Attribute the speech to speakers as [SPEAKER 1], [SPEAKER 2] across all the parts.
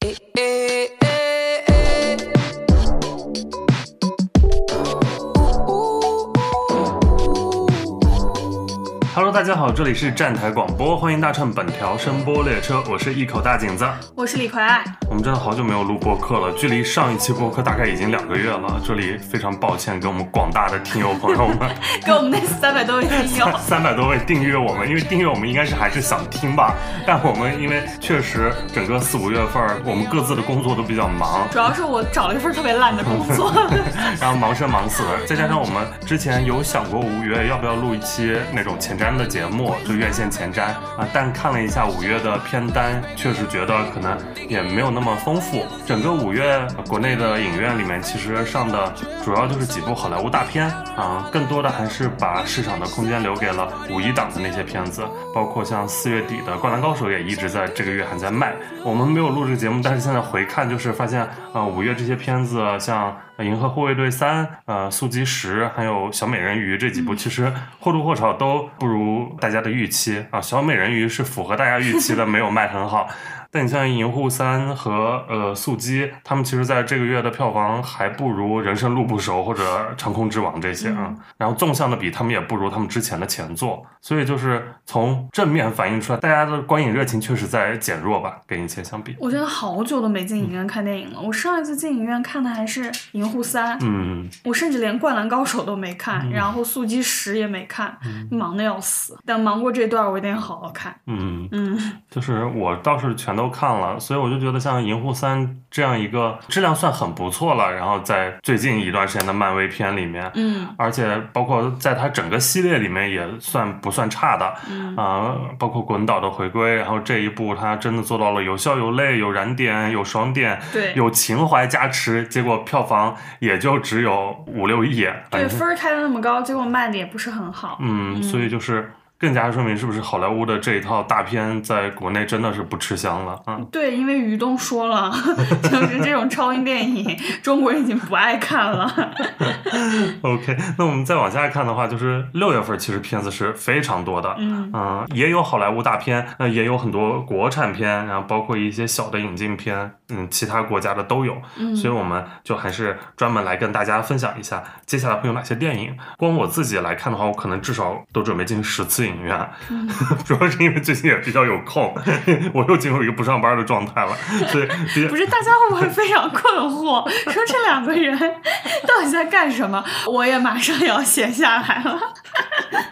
[SPEAKER 1] eh, eh, eh, eh. Ooh, ooh, ooh.
[SPEAKER 2] Hello，大家好，这里是站台广播，欢迎大乘本条声波列车，我是一口大井子。
[SPEAKER 3] 我是李逵爱，
[SPEAKER 2] 我们真的好久没有录播客了，距离上一期播客大概已经两个月了。这里非常抱歉，给我们广大的听友朋友们
[SPEAKER 3] 给我们那三百多位听友
[SPEAKER 2] 三百多位订阅我们，因为订阅我们应该是还是想听吧，但我们因为确实整个四五月份儿我们各自的工作都比较忙，
[SPEAKER 3] 主要是我找了一份特别烂的工作，
[SPEAKER 2] 然后忙生忙死的，再加上我们之前有想过五月要不要录一期那种前瞻的节目，就院线前瞻啊，但看了一下五月的片单，确实觉得可能也没有那么丰富。整个五月呃国内的影院里面，其实上的主要就是几部好莱坞大片啊，更多的还是把市场的空间留给了五一档的那些片子，包括像四月底的《灌篮高手》也一直在这个月还在卖。我们没有录制节目，但是现在回看就是发现，呃，五月这些片子像。呃《银河护卫队三》、呃《速激十》还有《小美人鱼》这几部，其实或多或少都不如大家的预期啊。《小美人鱼》是符合大家预期的，没有卖很好。但你像《银护三》和呃《速激》，他们其实在这个月的票房还不如《人生路不熟》或者《长空之王》这些啊。然后纵向的比，他们也不如他们之前的前作，所以就是从正面反映出来，大家的观影热情确实在减弱吧，跟以前相比。
[SPEAKER 3] 我真的好久都没进影院看电影了。我上一次进影院看的还是《银护三》，
[SPEAKER 2] 嗯，
[SPEAKER 3] 我甚至连《灌篮高手》都没看，然后《速激十》也没看，忙的要死。但忙过这段，我一定要好好看。
[SPEAKER 2] 嗯，
[SPEAKER 3] 嗯，
[SPEAKER 2] 就是我倒是全都看了，所以我就觉得像《银护三》这样一个质量算很不错了，然后在最近一段时间的漫威片里面，
[SPEAKER 3] 嗯，
[SPEAKER 2] 而且包括在它整个系列里面也算不算差的，
[SPEAKER 3] 嗯
[SPEAKER 2] 啊、包括滚导的回归，然后这一部它真的做到了有笑有泪、有燃点、有爽点、
[SPEAKER 3] 对
[SPEAKER 2] 有情怀加持，结果票房也就只有五六亿，啊
[SPEAKER 3] 对，分儿开的那么高，结果卖的也不是很好。
[SPEAKER 2] 嗯，所以就是更加说明是不是好莱坞的这一套大片在国内真的是不吃香了啊。
[SPEAKER 3] 对，因为于东说了， 就是这种超英电影，中国人已经不爱看了。
[SPEAKER 2] OK，那我们再往下看的话，就是六月份其实片子是非常多的，
[SPEAKER 3] 嗯
[SPEAKER 2] 嗯，也有好莱坞大片，那、也有很多国产片，然后包括一些小的引进片，嗯，其他国家的都有，
[SPEAKER 3] 嗯，
[SPEAKER 2] 所以我们就还是专门来跟大家分享一下接下来会有哪些电影。光我自己来看的话，我可能至少都准备进十次影院，
[SPEAKER 3] 嗯
[SPEAKER 2] 主要是因为最近也比较有空， 我又进入一个不上班的状态了，所以比较
[SPEAKER 3] 不是，大家会不会非常困惑？说这两个人到底在干什么？我也马上要写下来了。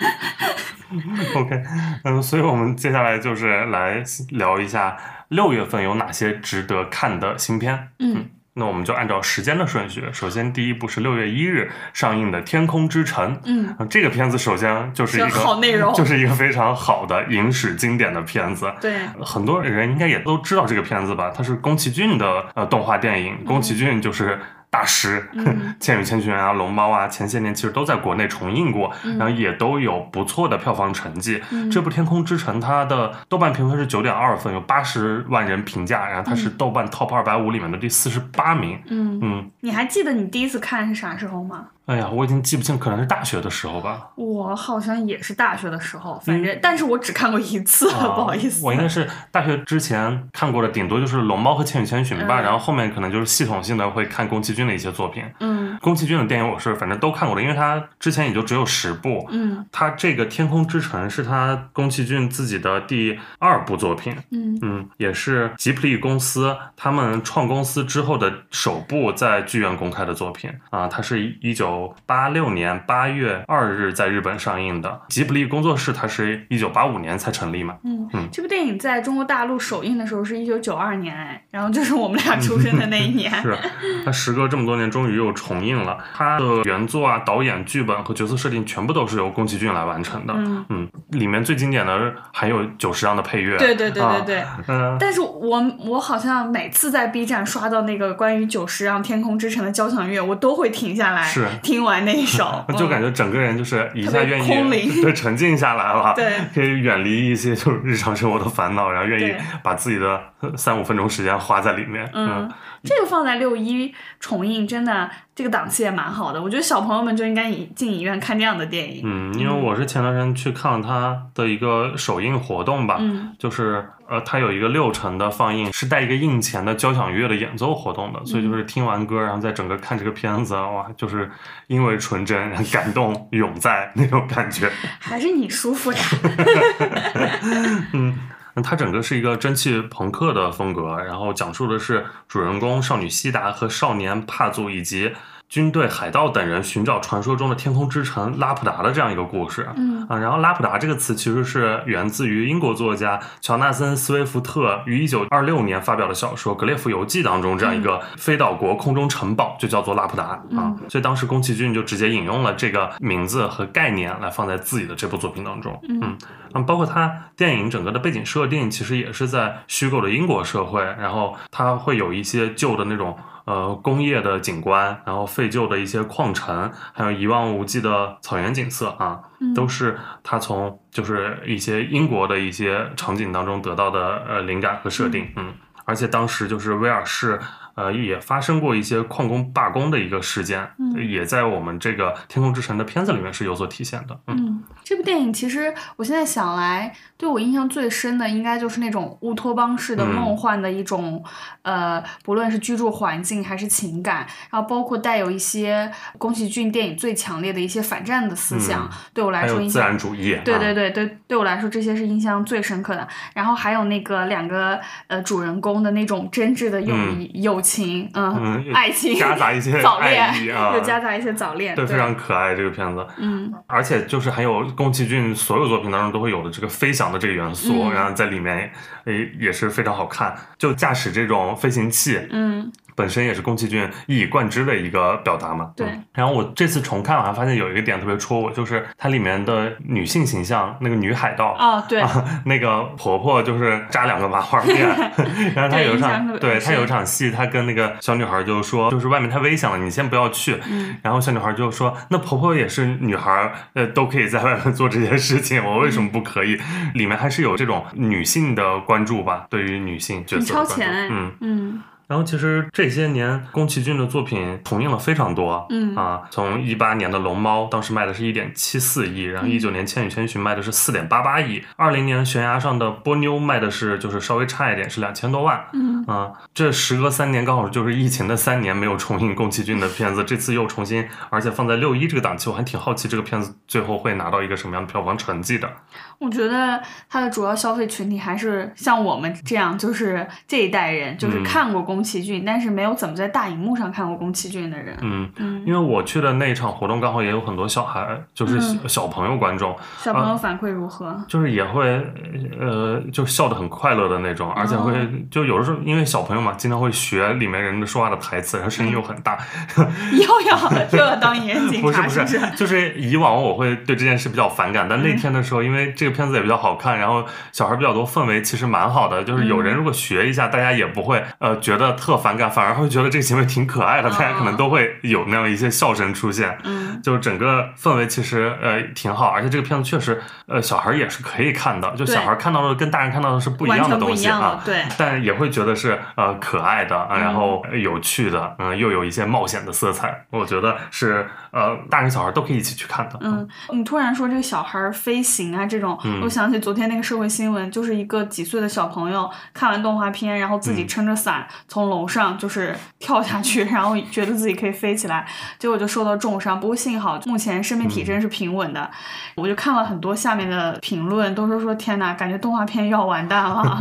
[SPEAKER 2] OK，嗯，所以我们接下来就是来聊一下六月份有哪些值得看的新片。
[SPEAKER 3] 嗯，
[SPEAKER 2] 那我们就按照时间的顺序，首先第一部是六月一日上映的《天空之城》。
[SPEAKER 3] 嗯
[SPEAKER 2] 啊，这个片子首先就是一个
[SPEAKER 3] 这好内容
[SPEAKER 2] 就是一个非常好的影史经典的片子。
[SPEAKER 3] 对，
[SPEAKER 2] 很多人应该也都知道这个片子吧？它是宫崎骏的呃动画电影，宫崎骏就是大师，
[SPEAKER 3] 嗯
[SPEAKER 2] 千与千寻》啊、《龙猫》啊，前些年其实都在国内重映过，然后也都有不错的票房成绩。
[SPEAKER 3] 嗯
[SPEAKER 2] 这部《天空之城》它的豆瓣评分是九点二分，有八十万人评价，然后它是豆瓣 Top 二百五里面的第四十八名。
[SPEAKER 3] 嗯，
[SPEAKER 2] 嗯，
[SPEAKER 3] 你还记得你第一次看是啥时候吗？
[SPEAKER 2] 哎呀，我已经记不清，可能是大学的时候吧。
[SPEAKER 3] 我好像也是大学的时候，反正，但是我只看过一次，
[SPEAKER 2] 啊
[SPEAKER 3] 不好意思。
[SPEAKER 2] 我应该是大学之前看过的，顶多就是《龙猫》和《千与千寻》吧，
[SPEAKER 3] 嗯
[SPEAKER 2] 然后后面可能就是系统性的会看宫崎骏的一些作品。
[SPEAKER 3] 嗯
[SPEAKER 2] 宫崎骏的电影我是反正都看过的，因为他之前也就只有十部，
[SPEAKER 3] 嗯
[SPEAKER 2] 他这个《天空之城》是他宫崎骏自己的第二部作品，
[SPEAKER 3] 嗯
[SPEAKER 2] 嗯，也是吉卜力公司他们创公司之后的首部在剧院公开的作品啊，它是一九八六年八月二日在日本上映的。吉卜力工作室它是一九八五年才成立嘛，嗯
[SPEAKER 3] 嗯，这部电影在中国大陆首映的时候是一九九二年，哎，然后就是我们俩出生的那一 年。
[SPEAKER 2] 是，它时隔这么多年，终于又重映了。它的原作啊、导演、剧本和角色设定全部都是由宫崎骏来完成的。
[SPEAKER 3] 嗯
[SPEAKER 2] 里面最经典的还有九十张的配乐。
[SPEAKER 3] 对对对对对。
[SPEAKER 2] 嗯、
[SPEAKER 3] 但是我我好像每次在 B 站刷到那个关于九十让天空之城的交响乐，我都会停下来，
[SPEAKER 2] 是，
[SPEAKER 3] 听完那一首
[SPEAKER 2] 嗯
[SPEAKER 3] 嗯
[SPEAKER 2] 就感
[SPEAKER 3] 觉、
[SPEAKER 2] 觉整个人就是一
[SPEAKER 3] 特
[SPEAKER 2] 下
[SPEAKER 3] 别
[SPEAKER 2] 愿
[SPEAKER 3] 空
[SPEAKER 2] 意
[SPEAKER 3] 灵
[SPEAKER 2] 对沉静下来了，
[SPEAKER 3] 对
[SPEAKER 2] 可以远离一些就是日常生活的烦恼，然后愿意
[SPEAKER 3] 对
[SPEAKER 2] 把自己的 呃三五分钟时间花在里面。
[SPEAKER 3] 嗯，这个放在六一重映，真的这个档期也蛮好的。我觉得小朋友们就应该以进影院看这样的电影。
[SPEAKER 2] 嗯，因为我是前段时间去看了他的一个首映活动吧，
[SPEAKER 3] 嗯
[SPEAKER 2] 就是呃，它有一个六成的放映是带一个硬钱的交响乐的演奏活动的，所以就是听完歌，然后再整个看这个片子，哇， 就是因为纯真，感动永在那种感觉。
[SPEAKER 3] 还是你舒服呀？
[SPEAKER 2] 那它整个是一个蒸汽朋克的风格，然后讲述的是主人公少女希达和少年帕祖以及军队、海盗等人寻找传说中的天空之城拉普达的这样一个故事。
[SPEAKER 3] 嗯
[SPEAKER 2] 啊，然后拉普达这个词其实是源自于英国作家乔纳森·斯威夫特于一九二六年发表的小说《格列佛游记》当中这样一个非岛国空中城堡，就叫做拉普达、啊。所以当时宫崎骏就直接引用了这个名字和概念来放在自己的这部作品当中。嗯嗯，包括它电影整个的背景设定，其实也是在虚构的英国社会，然后它会有一些旧的那种呃工业的景观，然后废旧的一些矿城，还有一望无际的草原景色啊，
[SPEAKER 3] 嗯
[SPEAKER 2] 都是它从就是一些英国的一些场景当中得到的呃灵感和设定，嗯，而且当时就是威尔士。呃，也发生过一些矿工罢工的一个事件，
[SPEAKER 3] 嗯
[SPEAKER 2] 也在我们这个《天空之城》的片子里面是有所体现的。嗯
[SPEAKER 3] 嗯，这部电影其实我现在想来，对我印象最深的应该就是那种乌托邦式的
[SPEAKER 2] 嗯
[SPEAKER 3] 梦幻的一种，呃，不论是居住环境还是情感，然后包括带有一些宫崎骏电影最强烈的一些反战的思想，
[SPEAKER 2] 嗯
[SPEAKER 3] 对我来
[SPEAKER 2] 还
[SPEAKER 3] 说
[SPEAKER 2] 有
[SPEAKER 3] 印
[SPEAKER 2] 自
[SPEAKER 3] 象
[SPEAKER 2] 然主义，
[SPEAKER 3] 对
[SPEAKER 2] 啊
[SPEAKER 3] 对对对，对我来说这些是印象最深刻的。然后还有那个两个呃主人公的那种真挚的友谊、友情，嗯，
[SPEAKER 2] 嗯
[SPEAKER 3] 爱情，
[SPEAKER 2] 夹杂一些
[SPEAKER 3] 早恋
[SPEAKER 2] 爱意，啊
[SPEAKER 3] 又夹杂一些早恋，
[SPEAKER 2] 对，非常可爱这个片子，
[SPEAKER 3] 嗯
[SPEAKER 2] 而且就是还有宫崎骏所有作品当中都会有的这个飞翔的这个元素，
[SPEAKER 3] 嗯
[SPEAKER 2] 然后在里面也也是非常好看。就驾驶这种飞行器，
[SPEAKER 3] 嗯
[SPEAKER 2] 本身也是宫崎骏一以贯之的一个表达嘛。
[SPEAKER 3] 对
[SPEAKER 2] 嗯然后我这次重看，我还发现有一个点特别戳我，就是它里面的女性形象，那个女海盗，
[SPEAKER 3] 哦对，
[SPEAKER 2] 啊，那个婆婆就是扎两个麻花 辫，然后她
[SPEAKER 3] 对
[SPEAKER 2] 有一
[SPEAKER 3] 印象
[SPEAKER 2] 场
[SPEAKER 3] 特别
[SPEAKER 2] 对她
[SPEAKER 3] 深
[SPEAKER 2] 有一场戏，她跟那个小女孩就说，就是外面太危险了，你先不要去。
[SPEAKER 3] 嗯
[SPEAKER 2] 然后小女孩就说，那婆婆也是女孩，呃，都可以在外面做这些事 情，我为什么不可以？里面还是有这种女性的关注吧，对于女性角
[SPEAKER 3] 很
[SPEAKER 2] 色的
[SPEAKER 3] 超
[SPEAKER 2] 关注
[SPEAKER 3] 前哎，
[SPEAKER 2] 嗯。
[SPEAKER 3] 嗯
[SPEAKER 2] 然后其实这些年，宫崎骏的作品重映了非常多，
[SPEAKER 3] 嗯
[SPEAKER 2] 啊，从一八年的《龙猫》当时卖的是一点七四亿，
[SPEAKER 3] 嗯
[SPEAKER 2] 然后一九年《千与千寻》卖的是四点八八亿，二零年《悬崖上的波妞》卖的是就是稍微差一点，是两千多万。
[SPEAKER 3] 嗯
[SPEAKER 2] 啊，这时隔三年，刚好就是疫情的三年没有重映宫崎骏的片子，这次又重新，而且放在六一这个档期，我还挺好奇这个片子最后会拿到一个什么样的票房成绩的。
[SPEAKER 3] 我觉得它的主要消费群体还是像我们这样，就是这一代人，就是
[SPEAKER 2] 嗯
[SPEAKER 3] 看过宫崎骏，但是没有怎么在大荧幕上看过宫崎骏的人。
[SPEAKER 2] 嗯，
[SPEAKER 3] 嗯，
[SPEAKER 2] 因为我去的那一场活动，刚好也有很多小孩，就是小
[SPEAKER 3] 嗯
[SPEAKER 2] 小朋友观众，
[SPEAKER 3] 小朋友
[SPEAKER 2] 啊
[SPEAKER 3] 反馈如何？
[SPEAKER 2] 就是也会呃，就笑得很快乐的那种，而且会、
[SPEAKER 3] 哦
[SPEAKER 2] 就有的时候，因为小朋友嘛，经常会学里面人的说话的台词，然后声音又很大。
[SPEAKER 3] 又要又要当演警
[SPEAKER 2] 不是
[SPEAKER 3] 察，
[SPEAKER 2] 不是，
[SPEAKER 3] 不嗯 是？嗯
[SPEAKER 2] 就是以往我会对这件事比较反感，但那天的时候，因为这个片子也比较好看，然后小孩比较多，氛围其实蛮好的。就是
[SPEAKER 3] 嗯
[SPEAKER 2] 有人如果学一下，大家也不会呃觉得特反感，反而会觉得这个行为挺可爱的，大家可能都会有那样一些笑声出现。
[SPEAKER 3] 哦嗯
[SPEAKER 2] 就是整个氛围其实呃挺好，而且这个片子确实呃小孩儿也是可以看的，就
[SPEAKER 3] 对
[SPEAKER 2] 小孩儿看到的跟大人看到的是不一
[SPEAKER 3] 完
[SPEAKER 2] 样的
[SPEAKER 3] 全不
[SPEAKER 2] 东
[SPEAKER 3] 一
[SPEAKER 2] 西
[SPEAKER 3] 样
[SPEAKER 2] 啊
[SPEAKER 3] 了，。对。
[SPEAKER 2] 但也会觉得是呃可爱的，啊然后呃有趣的，嗯、又有一些冒险的色彩，我觉得是呃大人小孩都可以一起去看的。
[SPEAKER 3] 嗯，你突然说这个小孩儿飞行啊这种，
[SPEAKER 2] 嗯
[SPEAKER 3] 我想起昨天那个社会新闻，就是一个几岁的小朋友看完动画片，然后自己
[SPEAKER 2] 嗯
[SPEAKER 3] 撑着伞、从楼上就是跳下去， 然后觉得自己可以飞起来，结果就受到重伤。不过幸好目前生
[SPEAKER 2] 嗯
[SPEAKER 3] 命体征是平稳的。我就看了很多下面的评论，都是说天哪，感觉动画片要完 蛋了，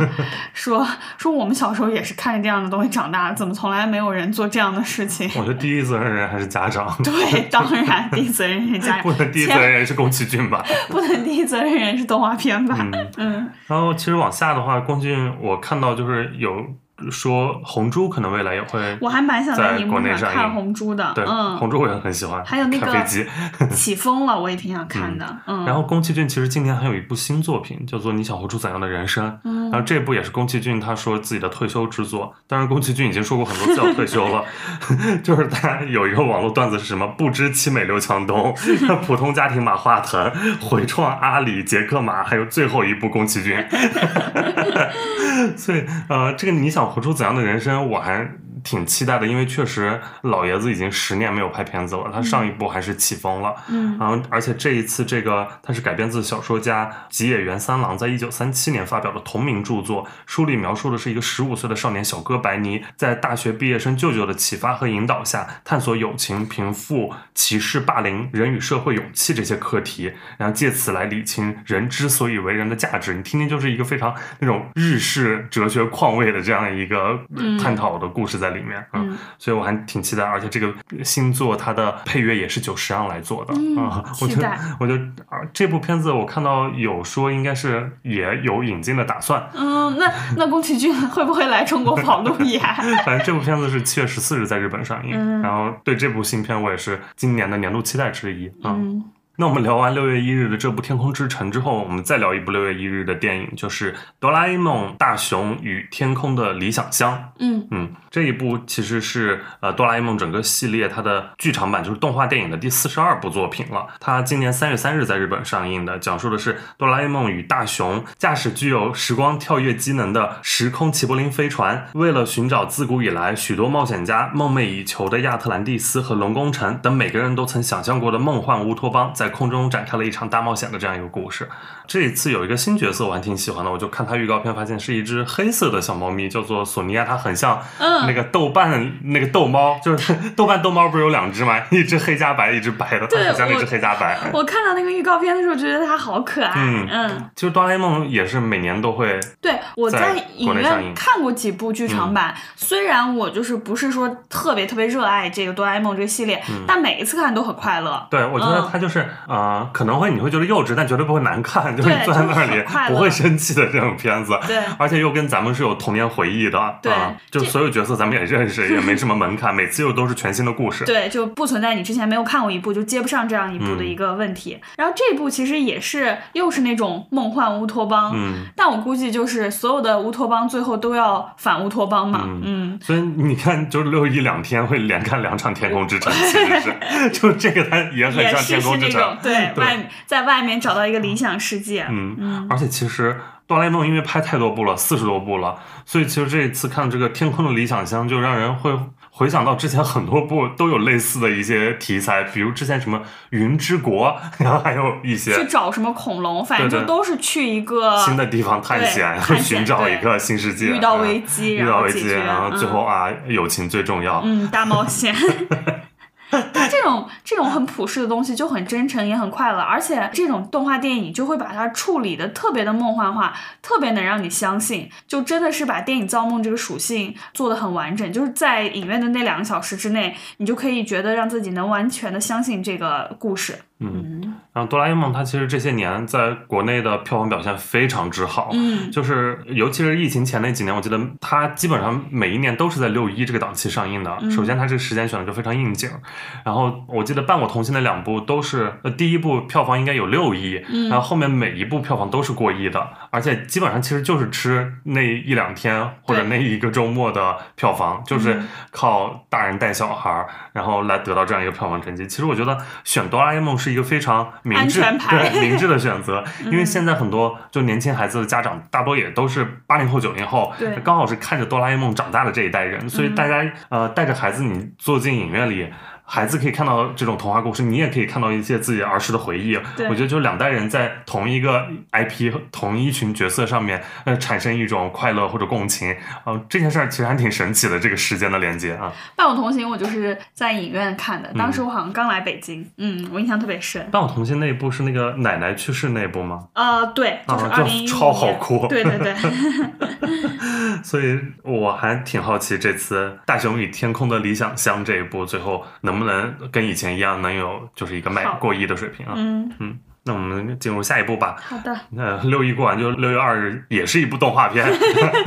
[SPEAKER 3] 说说我们小时候也是看着这样的东西长大的，怎么从来没有人做这样的事情？
[SPEAKER 2] 我觉得第一责任人还是家长，
[SPEAKER 3] 对，当然 第一责任人是家
[SPEAKER 2] 不
[SPEAKER 3] 长，
[SPEAKER 2] 能第一责
[SPEAKER 3] 千
[SPEAKER 2] 任人是宫崎骏吧？
[SPEAKER 3] 不能第一责任人是动画片吧？
[SPEAKER 2] 嗯
[SPEAKER 3] 嗯
[SPEAKER 2] 然后其实往下的话，宫崎骏我看到就是有说《红猪》可能未来也会
[SPEAKER 3] 我还蛮想
[SPEAKER 2] 在
[SPEAKER 3] 荧
[SPEAKER 2] 国
[SPEAKER 3] 幕
[SPEAKER 2] 内
[SPEAKER 3] 上
[SPEAKER 2] 上
[SPEAKER 3] 看《
[SPEAKER 2] 映
[SPEAKER 3] 红猪》的，
[SPEAKER 2] 对，红
[SPEAKER 3] 嗯，
[SPEAKER 2] 猪我也很喜欢，
[SPEAKER 3] 还有那个
[SPEAKER 2] 开飞机。
[SPEAKER 3] 起风了，我也挺想看的，嗯，
[SPEAKER 2] 然后宫崎骏其实今年还有一部新作品，叫做《你想活出怎样的人生》。
[SPEAKER 3] 嗯
[SPEAKER 2] 然后这部也是宫崎骏他说自己的退休之作。当然，宫崎骏已经说过很多次要退休了， 就是他有一个网络段子是什么？不知其美刘强东， 普通家庭马化腾，毁创阿里杰克马，还有最后一部宫崎 骏。所以，呃，这个你想活出怎样的人生，我还挺期待的，因为确实老爷子已经十年没有拍片子了，他上一部还是《起风了》
[SPEAKER 3] 嗯
[SPEAKER 2] 然后而且这一次这个它是改编自小说家吉野源三郎在一九三七年发表的同名著作，书里描述的是一个十五岁的少年小哥白尼在大学毕业生舅舅的启发和引导下，探索友情、贫富、歧视、霸凌、人与社会勇气这些课题，然后借此来理清人之所以为人的价值。你听听，就是一个非常那种日式哲学况味的这样一个
[SPEAKER 3] 嗯
[SPEAKER 2] 探讨的故事在里面。
[SPEAKER 3] 嗯，
[SPEAKER 2] 所以我还挺期待，而且这个星座它的配乐也是久石让来做的，
[SPEAKER 3] 嗯
[SPEAKER 2] 啊，我
[SPEAKER 3] 期
[SPEAKER 2] 觉得
[SPEAKER 3] 待，
[SPEAKER 2] 我觉得啊，这部片子我看到有说应该是也有引进的打算
[SPEAKER 3] 嗯，那那宫崎骏会不会来中国跑路呀？
[SPEAKER 2] 反正这部片子是七月十四日在日本上映，
[SPEAKER 3] 嗯
[SPEAKER 2] 然后对这部新片我也是今年的年度期待之一，啊
[SPEAKER 3] 嗯
[SPEAKER 2] 那我们聊完六月一日的这部《天空之城》之后，我们再聊一部六月一日的电影，就是《哆啦 A 梦：大雄与天空的理想乡》。
[SPEAKER 3] 嗯
[SPEAKER 2] 嗯，这一部其实是呃《哆啦 A 梦》整个系列它的剧场版，就是动画电影的第四十二部作品了。它今年三月三日在日本上映的，讲述的是哆啦 A 梦与大雄驾驶具有时光跳跃机能的时空齐柏林飞船，为了寻找自古以来许多冒险家梦寐以求的亚特兰蒂斯和龙宫城等每个人都曾想象过的梦幻乌托邦，在空中展开了一场大冒险的这样一个故事。这一次有一个新角色，我还挺喜欢的，我就看它预告片，发现是一只黑色的小猫咪，叫做索尼娅，它很像
[SPEAKER 3] 嗯
[SPEAKER 2] 那个豆瓣那个豆猫，就是 豆瓣豆猫不是有两只吗？一只黑加白，一只白的，它
[SPEAKER 3] 对
[SPEAKER 2] 很像那
[SPEAKER 3] 我
[SPEAKER 2] 只黑加白。
[SPEAKER 3] 我看到那个预告片的时候，觉得它好可爱。
[SPEAKER 2] 嗯
[SPEAKER 3] 嗯
[SPEAKER 2] 其实哆啦 A 梦也是每年都会，
[SPEAKER 3] 对，我
[SPEAKER 2] 在
[SPEAKER 3] 在
[SPEAKER 2] 国
[SPEAKER 3] 影
[SPEAKER 2] 内上
[SPEAKER 3] 院
[SPEAKER 2] 映嗯
[SPEAKER 3] 看过几部剧场版，虽然我就是不是说特别特别热爱这个哆啦 A 梦这个系列，
[SPEAKER 2] 嗯
[SPEAKER 3] 但每一次看都很 快乐。
[SPEAKER 2] 对我觉得
[SPEAKER 3] 嗯
[SPEAKER 2] 它就是、呃，可能会你会觉得幼稚，但绝对不会难看，就是
[SPEAKER 3] 对
[SPEAKER 2] 坐在那
[SPEAKER 3] 就是很快
[SPEAKER 2] 里
[SPEAKER 3] 乐
[SPEAKER 2] 不会生气的这种片子。
[SPEAKER 3] 对
[SPEAKER 2] 而且又跟咱们是有童年回忆的，
[SPEAKER 3] 对
[SPEAKER 2] 啊就
[SPEAKER 3] 这
[SPEAKER 2] 所有角色咱们也认识，也没什么门槛，每次又都是全新的故 事。
[SPEAKER 3] 对，就不存在你之前没有看过一部就接不上这样一部
[SPEAKER 2] 嗯
[SPEAKER 3] 的一个问题。然后这部其实也是又是那种梦幻乌托邦，
[SPEAKER 2] 嗯，
[SPEAKER 3] 但我估计就是所有的乌托邦最后都要反乌托邦嘛。嗯，
[SPEAKER 2] 所以你看，就是六一两天会连看两场《天空 之城》，其实是，就这个它也很
[SPEAKER 3] 也
[SPEAKER 2] 像《
[SPEAKER 3] 是
[SPEAKER 2] 天
[SPEAKER 3] 是
[SPEAKER 2] 空之
[SPEAKER 3] 那
[SPEAKER 2] 城
[SPEAKER 3] 种》 对
[SPEAKER 2] 对
[SPEAKER 3] 外在外面找到一个理想世界。
[SPEAKER 2] 嗯，而且其实哆啦 A 梦因为拍太多部了，四十多部了，所以其实这一次看这个《天空的理想乡》，就让人会回想到之前很多部都有类似的一些题材，比如之前什么《云之国》， 然后还有一
[SPEAKER 3] 去
[SPEAKER 2] 些
[SPEAKER 3] 找什么恐龙，反正
[SPEAKER 2] 对
[SPEAKER 3] 就
[SPEAKER 2] 对
[SPEAKER 3] 都是去一个
[SPEAKER 2] 新的地方探险，
[SPEAKER 3] 对
[SPEAKER 2] 然后
[SPEAKER 3] 探险
[SPEAKER 2] 寻找一
[SPEAKER 3] 对
[SPEAKER 2] 个新世界，
[SPEAKER 3] 遇到
[SPEAKER 2] 嗯
[SPEAKER 3] 危机
[SPEAKER 2] 遇
[SPEAKER 3] 然
[SPEAKER 2] 到
[SPEAKER 3] 后
[SPEAKER 2] 危
[SPEAKER 3] 解
[SPEAKER 2] 机，
[SPEAKER 3] 决
[SPEAKER 2] 然后最
[SPEAKER 3] 嗯
[SPEAKER 2] 后啊，友情最重要。
[SPEAKER 3] 嗯，大冒险。 但这种这种很普世的东西就很真诚，也很快乐，而且这种动画电影就会把它处理的特别的梦幻化，特别能让你相信，就真的是把电影造梦这个属性做的很完整，就是在影院的那两个小时之内，你就可以觉得让自己能完全的相信这个故事。嗯
[SPEAKER 2] 然后哆啦 A 梦它其实这些年在国内的票房表现非常之好，
[SPEAKER 3] 嗯
[SPEAKER 2] 就是尤其是疫情前那几年，我记得它基本上每一年都是在六一这个档期上映的。
[SPEAKER 3] 嗯
[SPEAKER 2] 首先，它这个时间选的就非常应景。然后我记得《伴我同行》的两部都是，呃，第一部票房应该有六亿，
[SPEAKER 3] 嗯
[SPEAKER 2] 然后后面每一部票房都是过亿的，而且基本上其实就是吃那一两天或者
[SPEAKER 3] 对
[SPEAKER 2] 那一个周末的票房，就是
[SPEAKER 3] 嗯
[SPEAKER 2] 靠大人带小孩儿，然后来得到这样一个票房成绩。其实我觉得选哆啦 A 梦是一个非常明智
[SPEAKER 3] 安全 牌
[SPEAKER 2] 对明智的选 择，
[SPEAKER 3] 嗯
[SPEAKER 2] 因为现在很多就年轻孩子的家长大多也都是八零后九零后
[SPEAKER 3] 对，嗯
[SPEAKER 2] 刚好是看着哆啦 A 梦长大的这一代人，所以大家、呃带着孩子你坐进影院里。孩子可以看到这种童话故事，你也可以看到一些自己儿时的回忆。
[SPEAKER 3] 对
[SPEAKER 2] 我觉得就两代人在同一个 IP、同一群角色上面，呃，产生一种快乐或者共情。呃，这件事儿其实还挺神奇的，这个时间的连接啊。
[SPEAKER 3] 伴我同行，我就是在影院看的，
[SPEAKER 2] 嗯
[SPEAKER 3] 当时我好像刚来北京，嗯，我印象特别深。
[SPEAKER 2] 但我同性那一部是那个奶奶去世那一部吗？
[SPEAKER 3] 呃，对，就是
[SPEAKER 2] 啊
[SPEAKER 3] 二
[SPEAKER 2] 就
[SPEAKER 3] 零一
[SPEAKER 2] 超好哭
[SPEAKER 3] 对 对对，
[SPEAKER 2] 所以我还挺好奇这次《大雄与天空的理想乡》这一部最后能不能跟以前一样能有就是一个卖
[SPEAKER 3] 好
[SPEAKER 2] 过亿的水平啊？
[SPEAKER 3] 嗯，
[SPEAKER 2] 那我们进入下一部吧。
[SPEAKER 3] 好的，
[SPEAKER 2] 那六一过完就六月二日，也是一部动画片，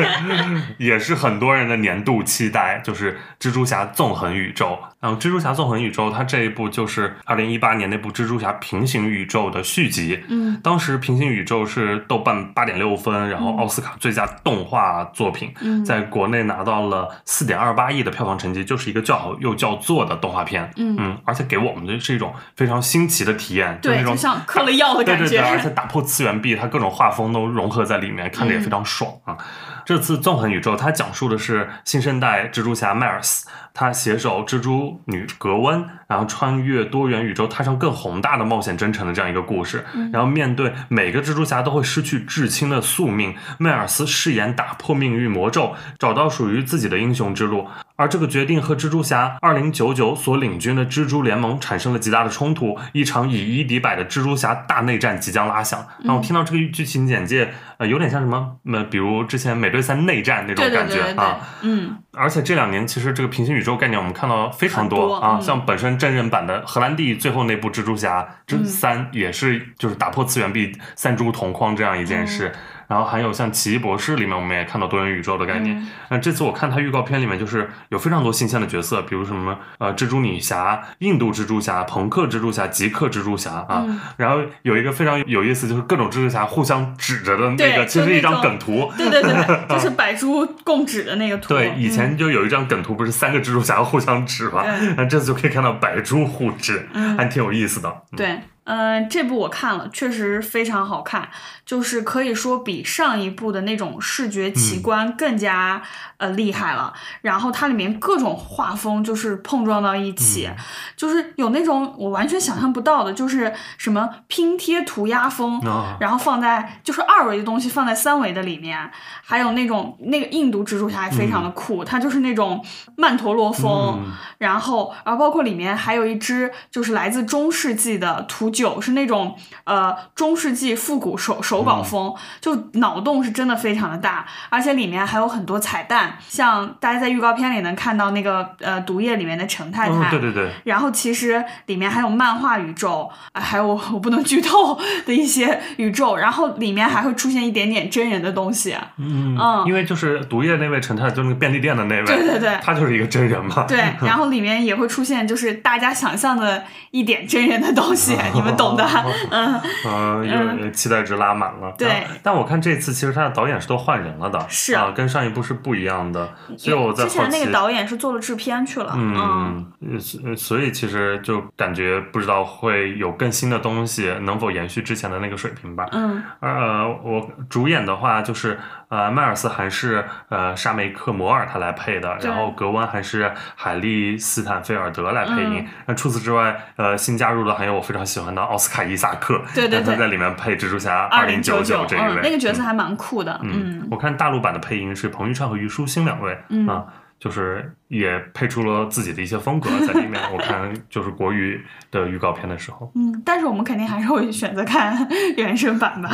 [SPEAKER 2] 也是很多人的年度期待，就是《蜘蛛侠：纵横宇宙》。然后，《蜘蛛侠：纵横宇宙》它这一部就是二零一八年那部《蜘蛛侠：平行宇宙》的续集。
[SPEAKER 3] 嗯，
[SPEAKER 2] 当时《平行宇宙》是豆瓣八点六分，然后奥斯卡最佳动画作品，
[SPEAKER 3] 嗯
[SPEAKER 2] 在国内拿到了四点二八亿的票房成绩，就是一个叫好又叫座的动画片。
[SPEAKER 3] 嗯
[SPEAKER 2] 而且给我们的是一种非常新奇的体验，就是那
[SPEAKER 3] 对，
[SPEAKER 2] 种
[SPEAKER 3] 就像嗑了药的
[SPEAKER 2] 对
[SPEAKER 3] 感
[SPEAKER 2] 对
[SPEAKER 3] 觉 嗯
[SPEAKER 2] 对，。而且打破次元壁，它各种画风都融合在里面，看着也非常爽啊。这次《纵横宇宙》它讲述的是新生代蜘蛛侠迈尔斯，他携手蜘蛛女格温，然后穿越多元宇宙，踏上更宏大的冒险征程的这样一个故事。
[SPEAKER 3] 嗯
[SPEAKER 2] 然后面对每个蜘蛛侠都会失去至亲的宿命，迈尔斯誓言打破命运魔咒，找到属于自己的英雄之路。而这个决定和蜘蛛侠二零九九所领军的蜘蛛联盟产生了极大的冲突，一场以一敌百的蜘蛛侠大内战即将拉响。
[SPEAKER 3] 嗯
[SPEAKER 2] 然后我听到这个剧情简介，呃，有点像什么，呃，比如之前美队三内战那种
[SPEAKER 3] 对对
[SPEAKER 2] 感
[SPEAKER 3] 对
[SPEAKER 2] 觉
[SPEAKER 3] 对对
[SPEAKER 2] 啊。，
[SPEAKER 3] 嗯，
[SPEAKER 2] 而且这两年其实这个平行宇宙概念我们看到非常
[SPEAKER 3] 很
[SPEAKER 2] 多
[SPEAKER 3] 多
[SPEAKER 2] 啊，
[SPEAKER 3] 嗯
[SPEAKER 2] 像本身真人版的荷兰弟最后那部蜘蛛侠之
[SPEAKER 3] 嗯
[SPEAKER 2] 三也是就是打破次元壁三蛛同框这样一件
[SPEAKER 3] 嗯
[SPEAKER 2] 事。然后还有像《奇异博士》里面，我们也看到多元宇宙的概念。
[SPEAKER 3] 嗯
[SPEAKER 2] 那、这次我看它预告片里面，就是有非常多新鲜的角色，比如什么呃蜘蛛女侠、印度蜘蛛侠、朋克蜘蛛侠、极客蜘蛛侠啊。
[SPEAKER 3] 嗯
[SPEAKER 2] 然后有一个非常有意思，就是各种蜘蛛侠互相指着的那个，
[SPEAKER 3] 对
[SPEAKER 2] 其实
[SPEAKER 3] 就是那
[SPEAKER 2] 一张
[SPEAKER 3] 种
[SPEAKER 2] 梗图。
[SPEAKER 3] 对 对对，就是百株共指的那个图。
[SPEAKER 2] 对，以
[SPEAKER 3] 嗯
[SPEAKER 2] 前就有一张梗图，不是三个蜘蛛侠互相指吗？
[SPEAKER 3] 对
[SPEAKER 2] 那这次就可以看到百蛛互指，
[SPEAKER 3] 嗯
[SPEAKER 2] 还挺有意思的。
[SPEAKER 3] 对，呃，这部我看了，确实非常好看，就是可以说比上一部的那种视觉奇
[SPEAKER 2] 嗯
[SPEAKER 3] 观更加、呃厉害了。然后它里面各种画风就是碰撞到一起，
[SPEAKER 2] 嗯
[SPEAKER 3] 就是有那种我完全想象不到的，就是什么拼贴涂鸦风，
[SPEAKER 2] 啊
[SPEAKER 3] 然后放在就是二维的东西放在三维的里面，还有那种那个印度蜘蛛侠也非常的酷，它就是那种曼陀罗风，
[SPEAKER 2] 嗯
[SPEAKER 3] 然后然后包括里面还有一只就是来自中世纪的图九，是那种呃中世纪复古手手
[SPEAKER 2] 嗯
[SPEAKER 3] 稿风，就脑洞是真的非常的大，而且里面还有很多彩蛋，像大家在预告片里能看到那个呃毒液里面的陈太太，
[SPEAKER 2] 嗯，对对对，
[SPEAKER 3] 然后其实里面还有漫画宇宙，啊还有我不能剧透的一些宇宙，然后里面还会出现一点点真人的 东西。
[SPEAKER 2] 嗯，
[SPEAKER 3] 嗯
[SPEAKER 2] 因为就是毒液那位陈太，就是那个便利店的那位，
[SPEAKER 3] 对对 对
[SPEAKER 2] 他就是一个真人嘛。
[SPEAKER 3] 对，然后里面也会出现就是大家想象的一点真人的东西，你 们懂的。嗯，
[SPEAKER 2] 嗯，又期待值拉满了。
[SPEAKER 3] 对
[SPEAKER 2] 然后但我看这次其实他的导演是都换人了的，
[SPEAKER 3] 是
[SPEAKER 2] 啊，跟上一部是不一样的，所以我在
[SPEAKER 3] 之
[SPEAKER 2] 好
[SPEAKER 3] 前
[SPEAKER 2] 奇。
[SPEAKER 3] 那个导演是做了制片去了。嗯，
[SPEAKER 2] 嗯，呃所呃所以其实就感觉不知道会有更新的东西，能否延续之前的那个水平吧。
[SPEAKER 3] 嗯
[SPEAKER 2] 呃，我主演的话就是呃，迈尔斯还是呃沙梅克摩尔他来配的，
[SPEAKER 3] 对
[SPEAKER 2] 然后格温还是海利斯坦菲尔德来配
[SPEAKER 3] 嗯
[SPEAKER 2] 音。那、除此之外，呃，新加入的还有我非常喜欢的奥斯卡伊萨克，
[SPEAKER 3] 对对
[SPEAKER 2] 但他
[SPEAKER 3] 对
[SPEAKER 2] 在里面配蜘蛛侠
[SPEAKER 3] 二
[SPEAKER 2] 零
[SPEAKER 3] 零九
[SPEAKER 2] 九这一位、
[SPEAKER 3] 嗯，那个角色还蛮酷的。
[SPEAKER 2] 嗯
[SPEAKER 3] 嗯，
[SPEAKER 2] 我看大陆版的配音是彭昱畅和虞书欣两位，
[SPEAKER 3] 嗯
[SPEAKER 2] 啊，就是也配出了自己的一些风格在里面。 我看就是国语的预告片的时候，
[SPEAKER 3] 嗯，但是我们肯定还是会选择看 原声版吧。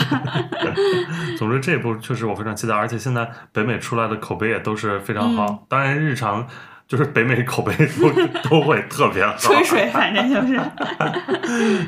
[SPEAKER 2] 总之这部确实我非常期待，而且现在北美出来的口碑也都是非常好。
[SPEAKER 3] 嗯
[SPEAKER 2] 当然，日常就是北美口碑都 都会特别好。
[SPEAKER 3] 吹水，反正就是。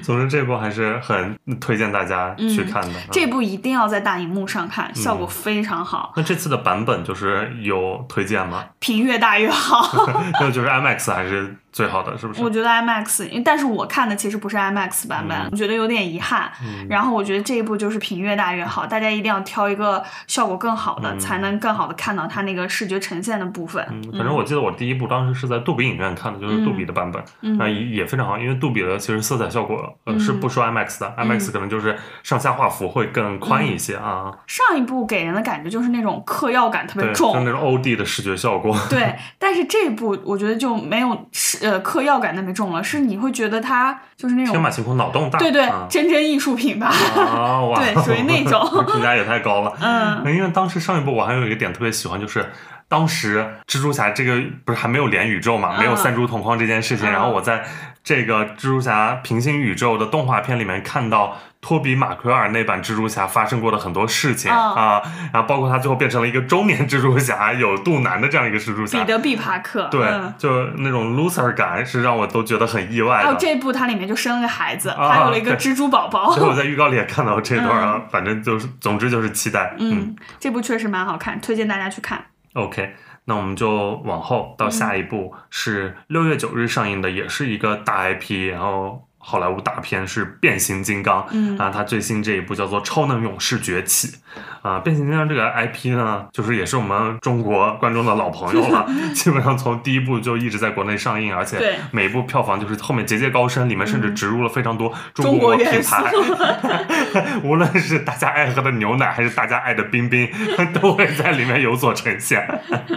[SPEAKER 2] 总之这部还是很推荐大家去看的。
[SPEAKER 3] 嗯这
[SPEAKER 2] 啊
[SPEAKER 3] 部一定要在大荧幕上看，效果非常好，
[SPEAKER 2] 那这次的版本就是有推荐吗？
[SPEAKER 3] 屏越大越好。
[SPEAKER 2] 那就是 IMAX 还是最好的，是不是？
[SPEAKER 3] 我觉得 IMAX，因为但是我看的其实不是 IMAX 版本，
[SPEAKER 2] 嗯
[SPEAKER 3] 我觉得有点遗憾。然后我觉得这一部就是屏越大越好，大家一定要挑一个效果更好的，
[SPEAKER 2] 嗯
[SPEAKER 3] 才能更好的看到它那个视觉呈现的部分。
[SPEAKER 2] 嗯，反正我记得我第一部当时是在杜比影院看的，就是杜比的版本，
[SPEAKER 3] 嗯
[SPEAKER 2] 那也也非常好，因为杜比的其实色彩效果呃
[SPEAKER 3] 嗯
[SPEAKER 2] 是不输 IMAX 的，IMAX 可能就是上下画幅会更宽一些啊，
[SPEAKER 3] 上一部给人的感觉就是那种嗑药感特别
[SPEAKER 2] 对，
[SPEAKER 3] 嗯重，
[SPEAKER 2] 像那种 OD 的视觉效果，
[SPEAKER 3] 对， 但是这部我觉得就没有是呃嗑药感那么重了，是你会觉得它就是那
[SPEAKER 2] 天马
[SPEAKER 3] 种
[SPEAKER 2] 行空，脑洞大，
[SPEAKER 3] 对对、
[SPEAKER 2] 啊，
[SPEAKER 3] 真真艺术品吧，
[SPEAKER 2] 啊哇，
[SPEAKER 3] 对属于那种
[SPEAKER 2] 评价也太高了，
[SPEAKER 3] 嗯
[SPEAKER 2] 因为当时上一部我还有一个点特别喜欢，就是当时蜘蛛侠这个不是还没有连宇宙嘛，
[SPEAKER 3] 嗯
[SPEAKER 2] 没有三蛛同框这件事情，
[SPEAKER 3] 嗯
[SPEAKER 2] 然后我在这个蜘蛛侠平行宇宙的动画片里面看到。托比·马奎尔那版蜘蛛侠发生过的很多事情、
[SPEAKER 3] 嗯
[SPEAKER 2] 啊，然后包括他最后变成了一个中年蜘蛛侠，有肚腩的这样一个蜘蛛
[SPEAKER 3] 彼
[SPEAKER 2] 侠，
[SPEAKER 3] 得毕帕克，
[SPEAKER 2] 对，
[SPEAKER 3] 嗯
[SPEAKER 2] 就那种 loser 感是让我都觉得很意外
[SPEAKER 3] 还有
[SPEAKER 2] 的。
[SPEAKER 3] 哦这一部，它里面就生了个孩子，
[SPEAKER 2] 啊
[SPEAKER 3] 还有了一个蜘蛛 宝宝。
[SPEAKER 2] 所以我在预告里也看到这段啊，反正就是，总之就是期待。
[SPEAKER 3] 嗯，这部确实蛮好看，推荐大家去看。
[SPEAKER 2] OK，那我们就往后到下一步是六月九日上映的，也是一个大 IP，然后。好莱坞大片是《变形金刚》，
[SPEAKER 3] 嗯
[SPEAKER 2] 啊，它最新这一部叫做《超能勇士崛起》，啊，《变形金刚》这个 IP 呢，就是也是我们中国观众的老朋友 了，基本上从第一部就一直在国内上映，而
[SPEAKER 3] 对嗯
[SPEAKER 2] 且每一部票房就是后面节节高升，里面甚至植入了非常多
[SPEAKER 3] 中
[SPEAKER 2] 国
[SPEAKER 3] 国
[SPEAKER 2] 品
[SPEAKER 3] 元素
[SPEAKER 2] 牌， 无论是大家爱喝的牛奶，还是大家爱的冰 冰，都会在里面有所呈现。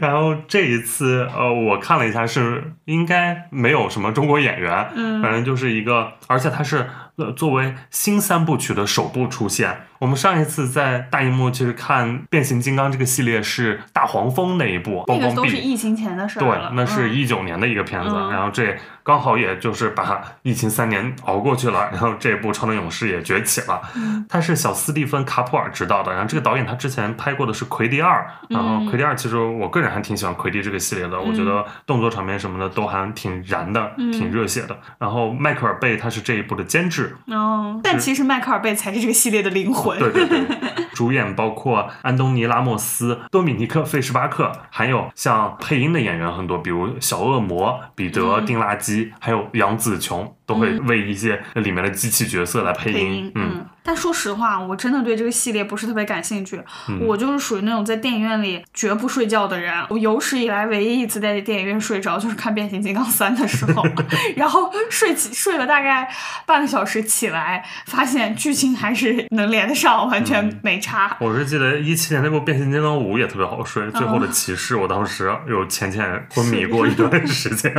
[SPEAKER 2] 然后这一次，呃，我看了一下是，应该没有什么中国演员，
[SPEAKER 3] 嗯
[SPEAKER 2] 反正就是一个，而且它是呃作为新三部曲的首部出现。我们上一次在大荧幕其实看《变形金刚》这个系列是大黄蜂那一部，
[SPEAKER 3] 那
[SPEAKER 2] 蹦
[SPEAKER 3] 个
[SPEAKER 2] 蹦
[SPEAKER 3] 都是
[SPEAKER 2] 壁。
[SPEAKER 3] 疫情前的事儿
[SPEAKER 2] 对
[SPEAKER 3] 了，
[SPEAKER 2] 那是
[SPEAKER 3] 嗯
[SPEAKER 2] 一九年的一个片子，
[SPEAKER 3] 嗯
[SPEAKER 2] 然后这刚好也就是把疫情三年熬过去了，然 后这部《超能勇士》也崛起了。
[SPEAKER 3] 嗯
[SPEAKER 2] 他是小斯蒂芬·卡普尔执导的，然后这个导演他之前拍过的是《魁地二》，
[SPEAKER 3] 嗯
[SPEAKER 2] 然后《魁地二》其实我个人还挺喜欢《魁地》这个系列的，我觉得动作场面什么的都还挺燃的，
[SPEAKER 3] 嗯
[SPEAKER 2] 挺热血的。然后迈克尔贝他是这一部的监制，
[SPEAKER 3] 哦，但其实迈克尔贝才是这个系列的灵魂。
[SPEAKER 2] 对对 对，主演包括安东尼·拉莫斯、多米尼克·费什巴克，还有像配音的演员很多，比如小恶魔彼得·
[SPEAKER 3] 嗯
[SPEAKER 2] 丁拉基，还有杨紫琼，都会
[SPEAKER 3] 嗯
[SPEAKER 2] 为一些里面的机器角色来配
[SPEAKER 3] 配
[SPEAKER 2] 音
[SPEAKER 3] 音，。嗯，但说实话，我真的对这个系列不是特别感兴趣。
[SPEAKER 2] 嗯
[SPEAKER 3] 我就是属于那种在电影院里绝不睡觉的人。我有史以来唯一一次在电影院睡着，就是看《变形金刚三》的时 候，然后睡起睡了大概半个小时，起来发现剧情还是能连得上，完
[SPEAKER 2] 嗯
[SPEAKER 3] 全没差。
[SPEAKER 2] 我是记得一七年那部《变形金刚五》也特别好睡，最
[SPEAKER 3] 嗯
[SPEAKER 2] 后的骑士，我当时有浅浅昏迷过一段时 间。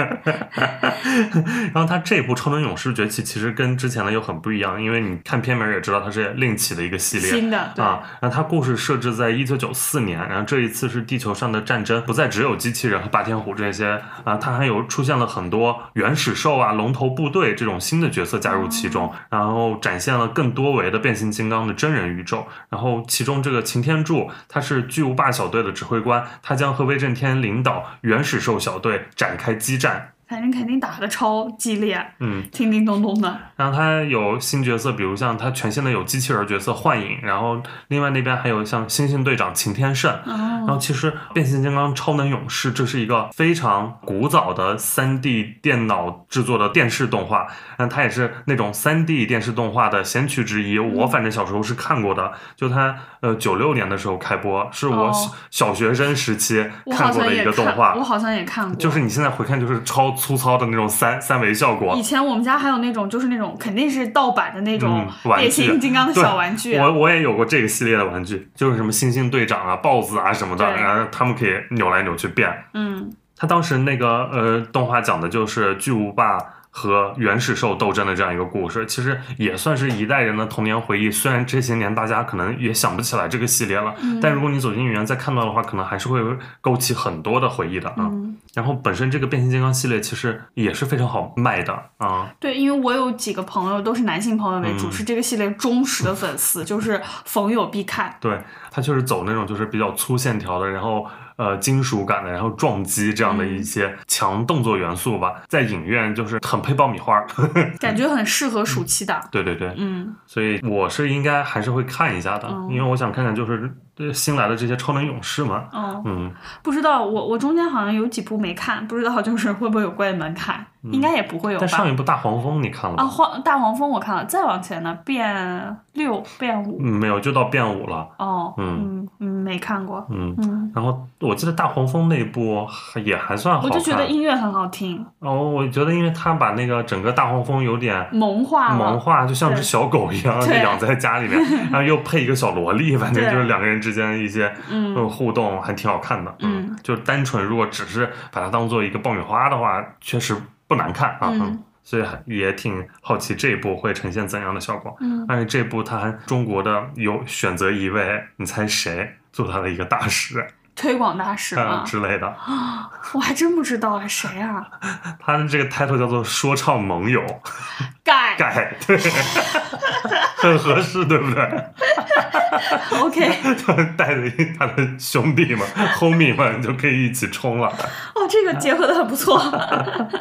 [SPEAKER 2] 然后他这部《超能勇士崛起》其实跟之前的又很不一样，因为你看片名也知道它是另起的一个系列，
[SPEAKER 3] 新的对
[SPEAKER 2] 啊。然后它故事设置在一九九四年，然后这一次是地球上的战争，不再只有机器人和霸天虎这些啊，它还有出现了很多原始兽啊、龙头部队这种新的角色加入其中，然后展现了更多维的变形金刚的真人宇宙。然后其中这个擎天柱，他是巨无霸小队的指挥官，他将和威震天领导原始兽小队展开激战。
[SPEAKER 3] 反正肯定打的超激烈，
[SPEAKER 2] 嗯，
[SPEAKER 3] 叮叮咚咚的。
[SPEAKER 2] 然后它有新角色，比如像它全新的有机器人角色幻影，然后另外那边还有像猩猩队长擎天圣。然
[SPEAKER 3] 哦，
[SPEAKER 2] 后其实《变形金刚：超能勇士》这是一个非常古早的 3D 电脑制作的电视动画，然后它也是那种 3D 电视动画的先驱之一。
[SPEAKER 3] 嗯
[SPEAKER 2] 我反正小时候是看过的，就它呃九六年的时候开播，是我
[SPEAKER 3] 哦
[SPEAKER 2] 小小学生时期
[SPEAKER 3] 我
[SPEAKER 2] 看
[SPEAKER 3] 好
[SPEAKER 2] 过
[SPEAKER 3] 像
[SPEAKER 2] 的一
[SPEAKER 3] 也
[SPEAKER 2] 个动
[SPEAKER 3] 看，
[SPEAKER 2] 画
[SPEAKER 3] 我，好像也看过，
[SPEAKER 2] 就是你现在回看就是超粗糙的那种三三维效果
[SPEAKER 3] 以。前我们家还有那种，就是那种肯定是盗版的那种
[SPEAKER 2] 嗯玩具
[SPEAKER 3] 变形金刚的
[SPEAKER 2] 对
[SPEAKER 3] 小玩具啊、
[SPEAKER 2] 我我也有过这个系列的玩具，就是什么猩猩队长啊、豹子啊什么的，
[SPEAKER 3] 对
[SPEAKER 2] 然后他们可以扭来扭去变。
[SPEAKER 3] 嗯，
[SPEAKER 2] 他当时那个呃动画讲的就是巨无霸。和原始兽斗争的这样一个故事，其实也算是一代人的童年回忆。虽然这些年大家可能也想不起来这个系列了，但如果你走进影院再看到的话，可能还是会勾起很多的回忆的啊。
[SPEAKER 3] 嗯
[SPEAKER 2] 然后本身这个变形金刚系列其实也是非常好卖的啊。
[SPEAKER 3] 对，因为我有几个朋友都是男性朋友为主，
[SPEAKER 2] 嗯
[SPEAKER 3] 是这个系列忠实的粉丝， 就是逢有必看。
[SPEAKER 2] 对，它就是走那种就是比较粗线条的，然后呃金属感的，然后撞击这样的一些强动作元素吧，在影院就是很配爆米花儿。
[SPEAKER 3] 感觉很适合暑期档。
[SPEAKER 2] 对对对，
[SPEAKER 3] 嗯，
[SPEAKER 2] 所以我是应该还是会看一下的，
[SPEAKER 3] 哦
[SPEAKER 2] 因为我想看看就是呃新来的这些超能勇士嘛。
[SPEAKER 3] 哦，
[SPEAKER 2] 嗯，
[SPEAKER 3] 不知道我我中间好像有几部没看，不知道就是会不会有怪门槛，
[SPEAKER 2] 嗯
[SPEAKER 3] 应该也不会有
[SPEAKER 2] 但上
[SPEAKER 3] 吧。
[SPEAKER 2] 一部大黄蜂你看了
[SPEAKER 3] 啊，
[SPEAKER 2] 吗？
[SPEAKER 3] 黄大黄蜂我看了，再往前呢，变六变五，
[SPEAKER 2] 嗯，没有，就到变五了。
[SPEAKER 3] 哦，
[SPEAKER 2] 嗯
[SPEAKER 3] 嗯嗯，没看过，
[SPEAKER 2] 嗯，
[SPEAKER 3] 嗯，
[SPEAKER 2] 然后我记得大黄蜂那一部还也还算好
[SPEAKER 3] 我
[SPEAKER 2] 看。
[SPEAKER 3] 就觉得音乐很好听，
[SPEAKER 2] 哦，我觉得因为他把那个整个大黄蜂有点
[SPEAKER 3] 萌化了，
[SPEAKER 2] 萌化，就像只
[SPEAKER 3] 啊对
[SPEAKER 2] 小狗一样，就
[SPEAKER 3] 对
[SPEAKER 2] 养在家里 面，然后又配一个小萝莉，反正
[SPEAKER 3] 对
[SPEAKER 2] 就是两个人之间一些
[SPEAKER 3] 嗯
[SPEAKER 2] 呃互动，还挺好看的。
[SPEAKER 3] 嗯，
[SPEAKER 2] 就是单纯如果只是把它当做一个爆米花的话，确实不难看啊。
[SPEAKER 3] 嗯
[SPEAKER 2] 所以还也挺好奇这一部会呈现怎样的效果。
[SPEAKER 3] 嗯
[SPEAKER 2] 而且这部它还中国的有选择一位，你猜谁做它的一个大使
[SPEAKER 3] 推广大使
[SPEAKER 2] 啊、
[SPEAKER 3] 吗？
[SPEAKER 2] 之类的。
[SPEAKER 3] 我还真不知道啊，谁啊？
[SPEAKER 2] 它的这个 title 叫做“说唱盟友”。
[SPEAKER 3] 盖
[SPEAKER 2] 改，对，很合适，对不对？
[SPEAKER 3] OK，
[SPEAKER 2] 带着一他的兄弟们、homie 们就可以一起冲了。
[SPEAKER 3] 哦，这个结合的很不错。
[SPEAKER 2] 嗯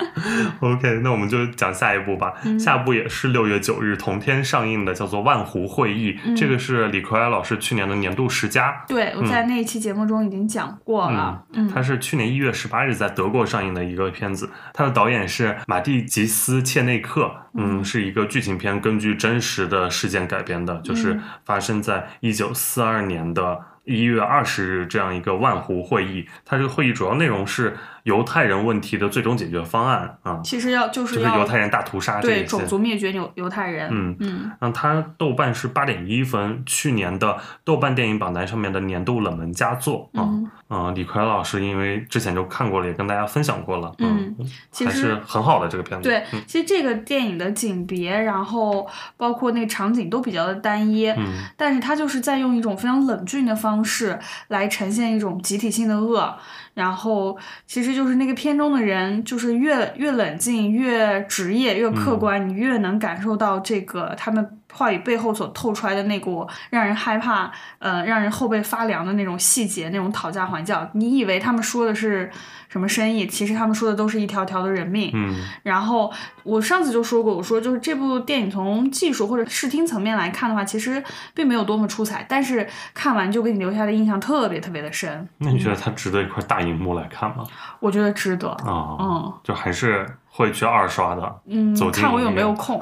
[SPEAKER 2] OK，那我们就讲下一部吧。下一部也是六月九日同天上映的，叫做《万湖会议》，这个是李可爱老师去年的年度十佳。
[SPEAKER 3] 对，我在那一期节目中已经讲过了。嗯，
[SPEAKER 2] 它是去年一月十八日在德国上映的一个片子，它的导演是马蒂吉斯·切内克，嗯，是一个剧情片，根据真实的事件改编的，
[SPEAKER 3] 嗯
[SPEAKER 2] 就是发生在一九四二年的一月二十日这样一个万湖会议。它这个会议主要内容是犹太人问题的最终解决方案啊，
[SPEAKER 3] 其实要就是
[SPEAKER 2] 就是
[SPEAKER 3] 要
[SPEAKER 2] 犹太人大屠杀这
[SPEAKER 3] 对
[SPEAKER 2] 一些
[SPEAKER 3] 种。族灭绝犹犹太人。
[SPEAKER 2] 嗯
[SPEAKER 3] 嗯
[SPEAKER 2] 那它豆瓣是八点一分，去年的豆瓣电影榜单上面的年度冷门佳作啊。
[SPEAKER 3] 嗯
[SPEAKER 2] 嗯，李逵老师因为之前就看过了，也跟大家分享过了，啊
[SPEAKER 3] 嗯，其
[SPEAKER 2] 还是嗯
[SPEAKER 3] 实
[SPEAKER 2] 很好的这个片子。
[SPEAKER 3] 对，其实这个电影的景别，然后包括那场景都比较的单一，
[SPEAKER 2] 嗯
[SPEAKER 3] 但是它就是在用一种非常冷峻的方式来呈现一种集体性的恶，然后其实就是那个片中的人，就是越越冷静、越职业、越客观，你越能感受到这个他们话语背后所透出来的那股让人害怕、呃让人后背发凉的那种细节，那种讨价还价。你以为他们说的是什么生意，其实他们说的都是一条条的人命。
[SPEAKER 2] 嗯
[SPEAKER 3] 然后我上次就说过，我说就是这部电影从技术或者视听层面来看的话，其实并没有多么出彩，但是看完就给你留下的印象特别特别的深，
[SPEAKER 2] 那你觉得它值得一块大荧幕来看吗？
[SPEAKER 3] 我觉得值得。
[SPEAKER 2] 啊、
[SPEAKER 3] 嗯
[SPEAKER 2] 就还是会去二刷的。
[SPEAKER 3] 嗯
[SPEAKER 2] 走，进
[SPEAKER 3] 看我
[SPEAKER 2] 影
[SPEAKER 3] 有没有
[SPEAKER 2] 院
[SPEAKER 3] 空。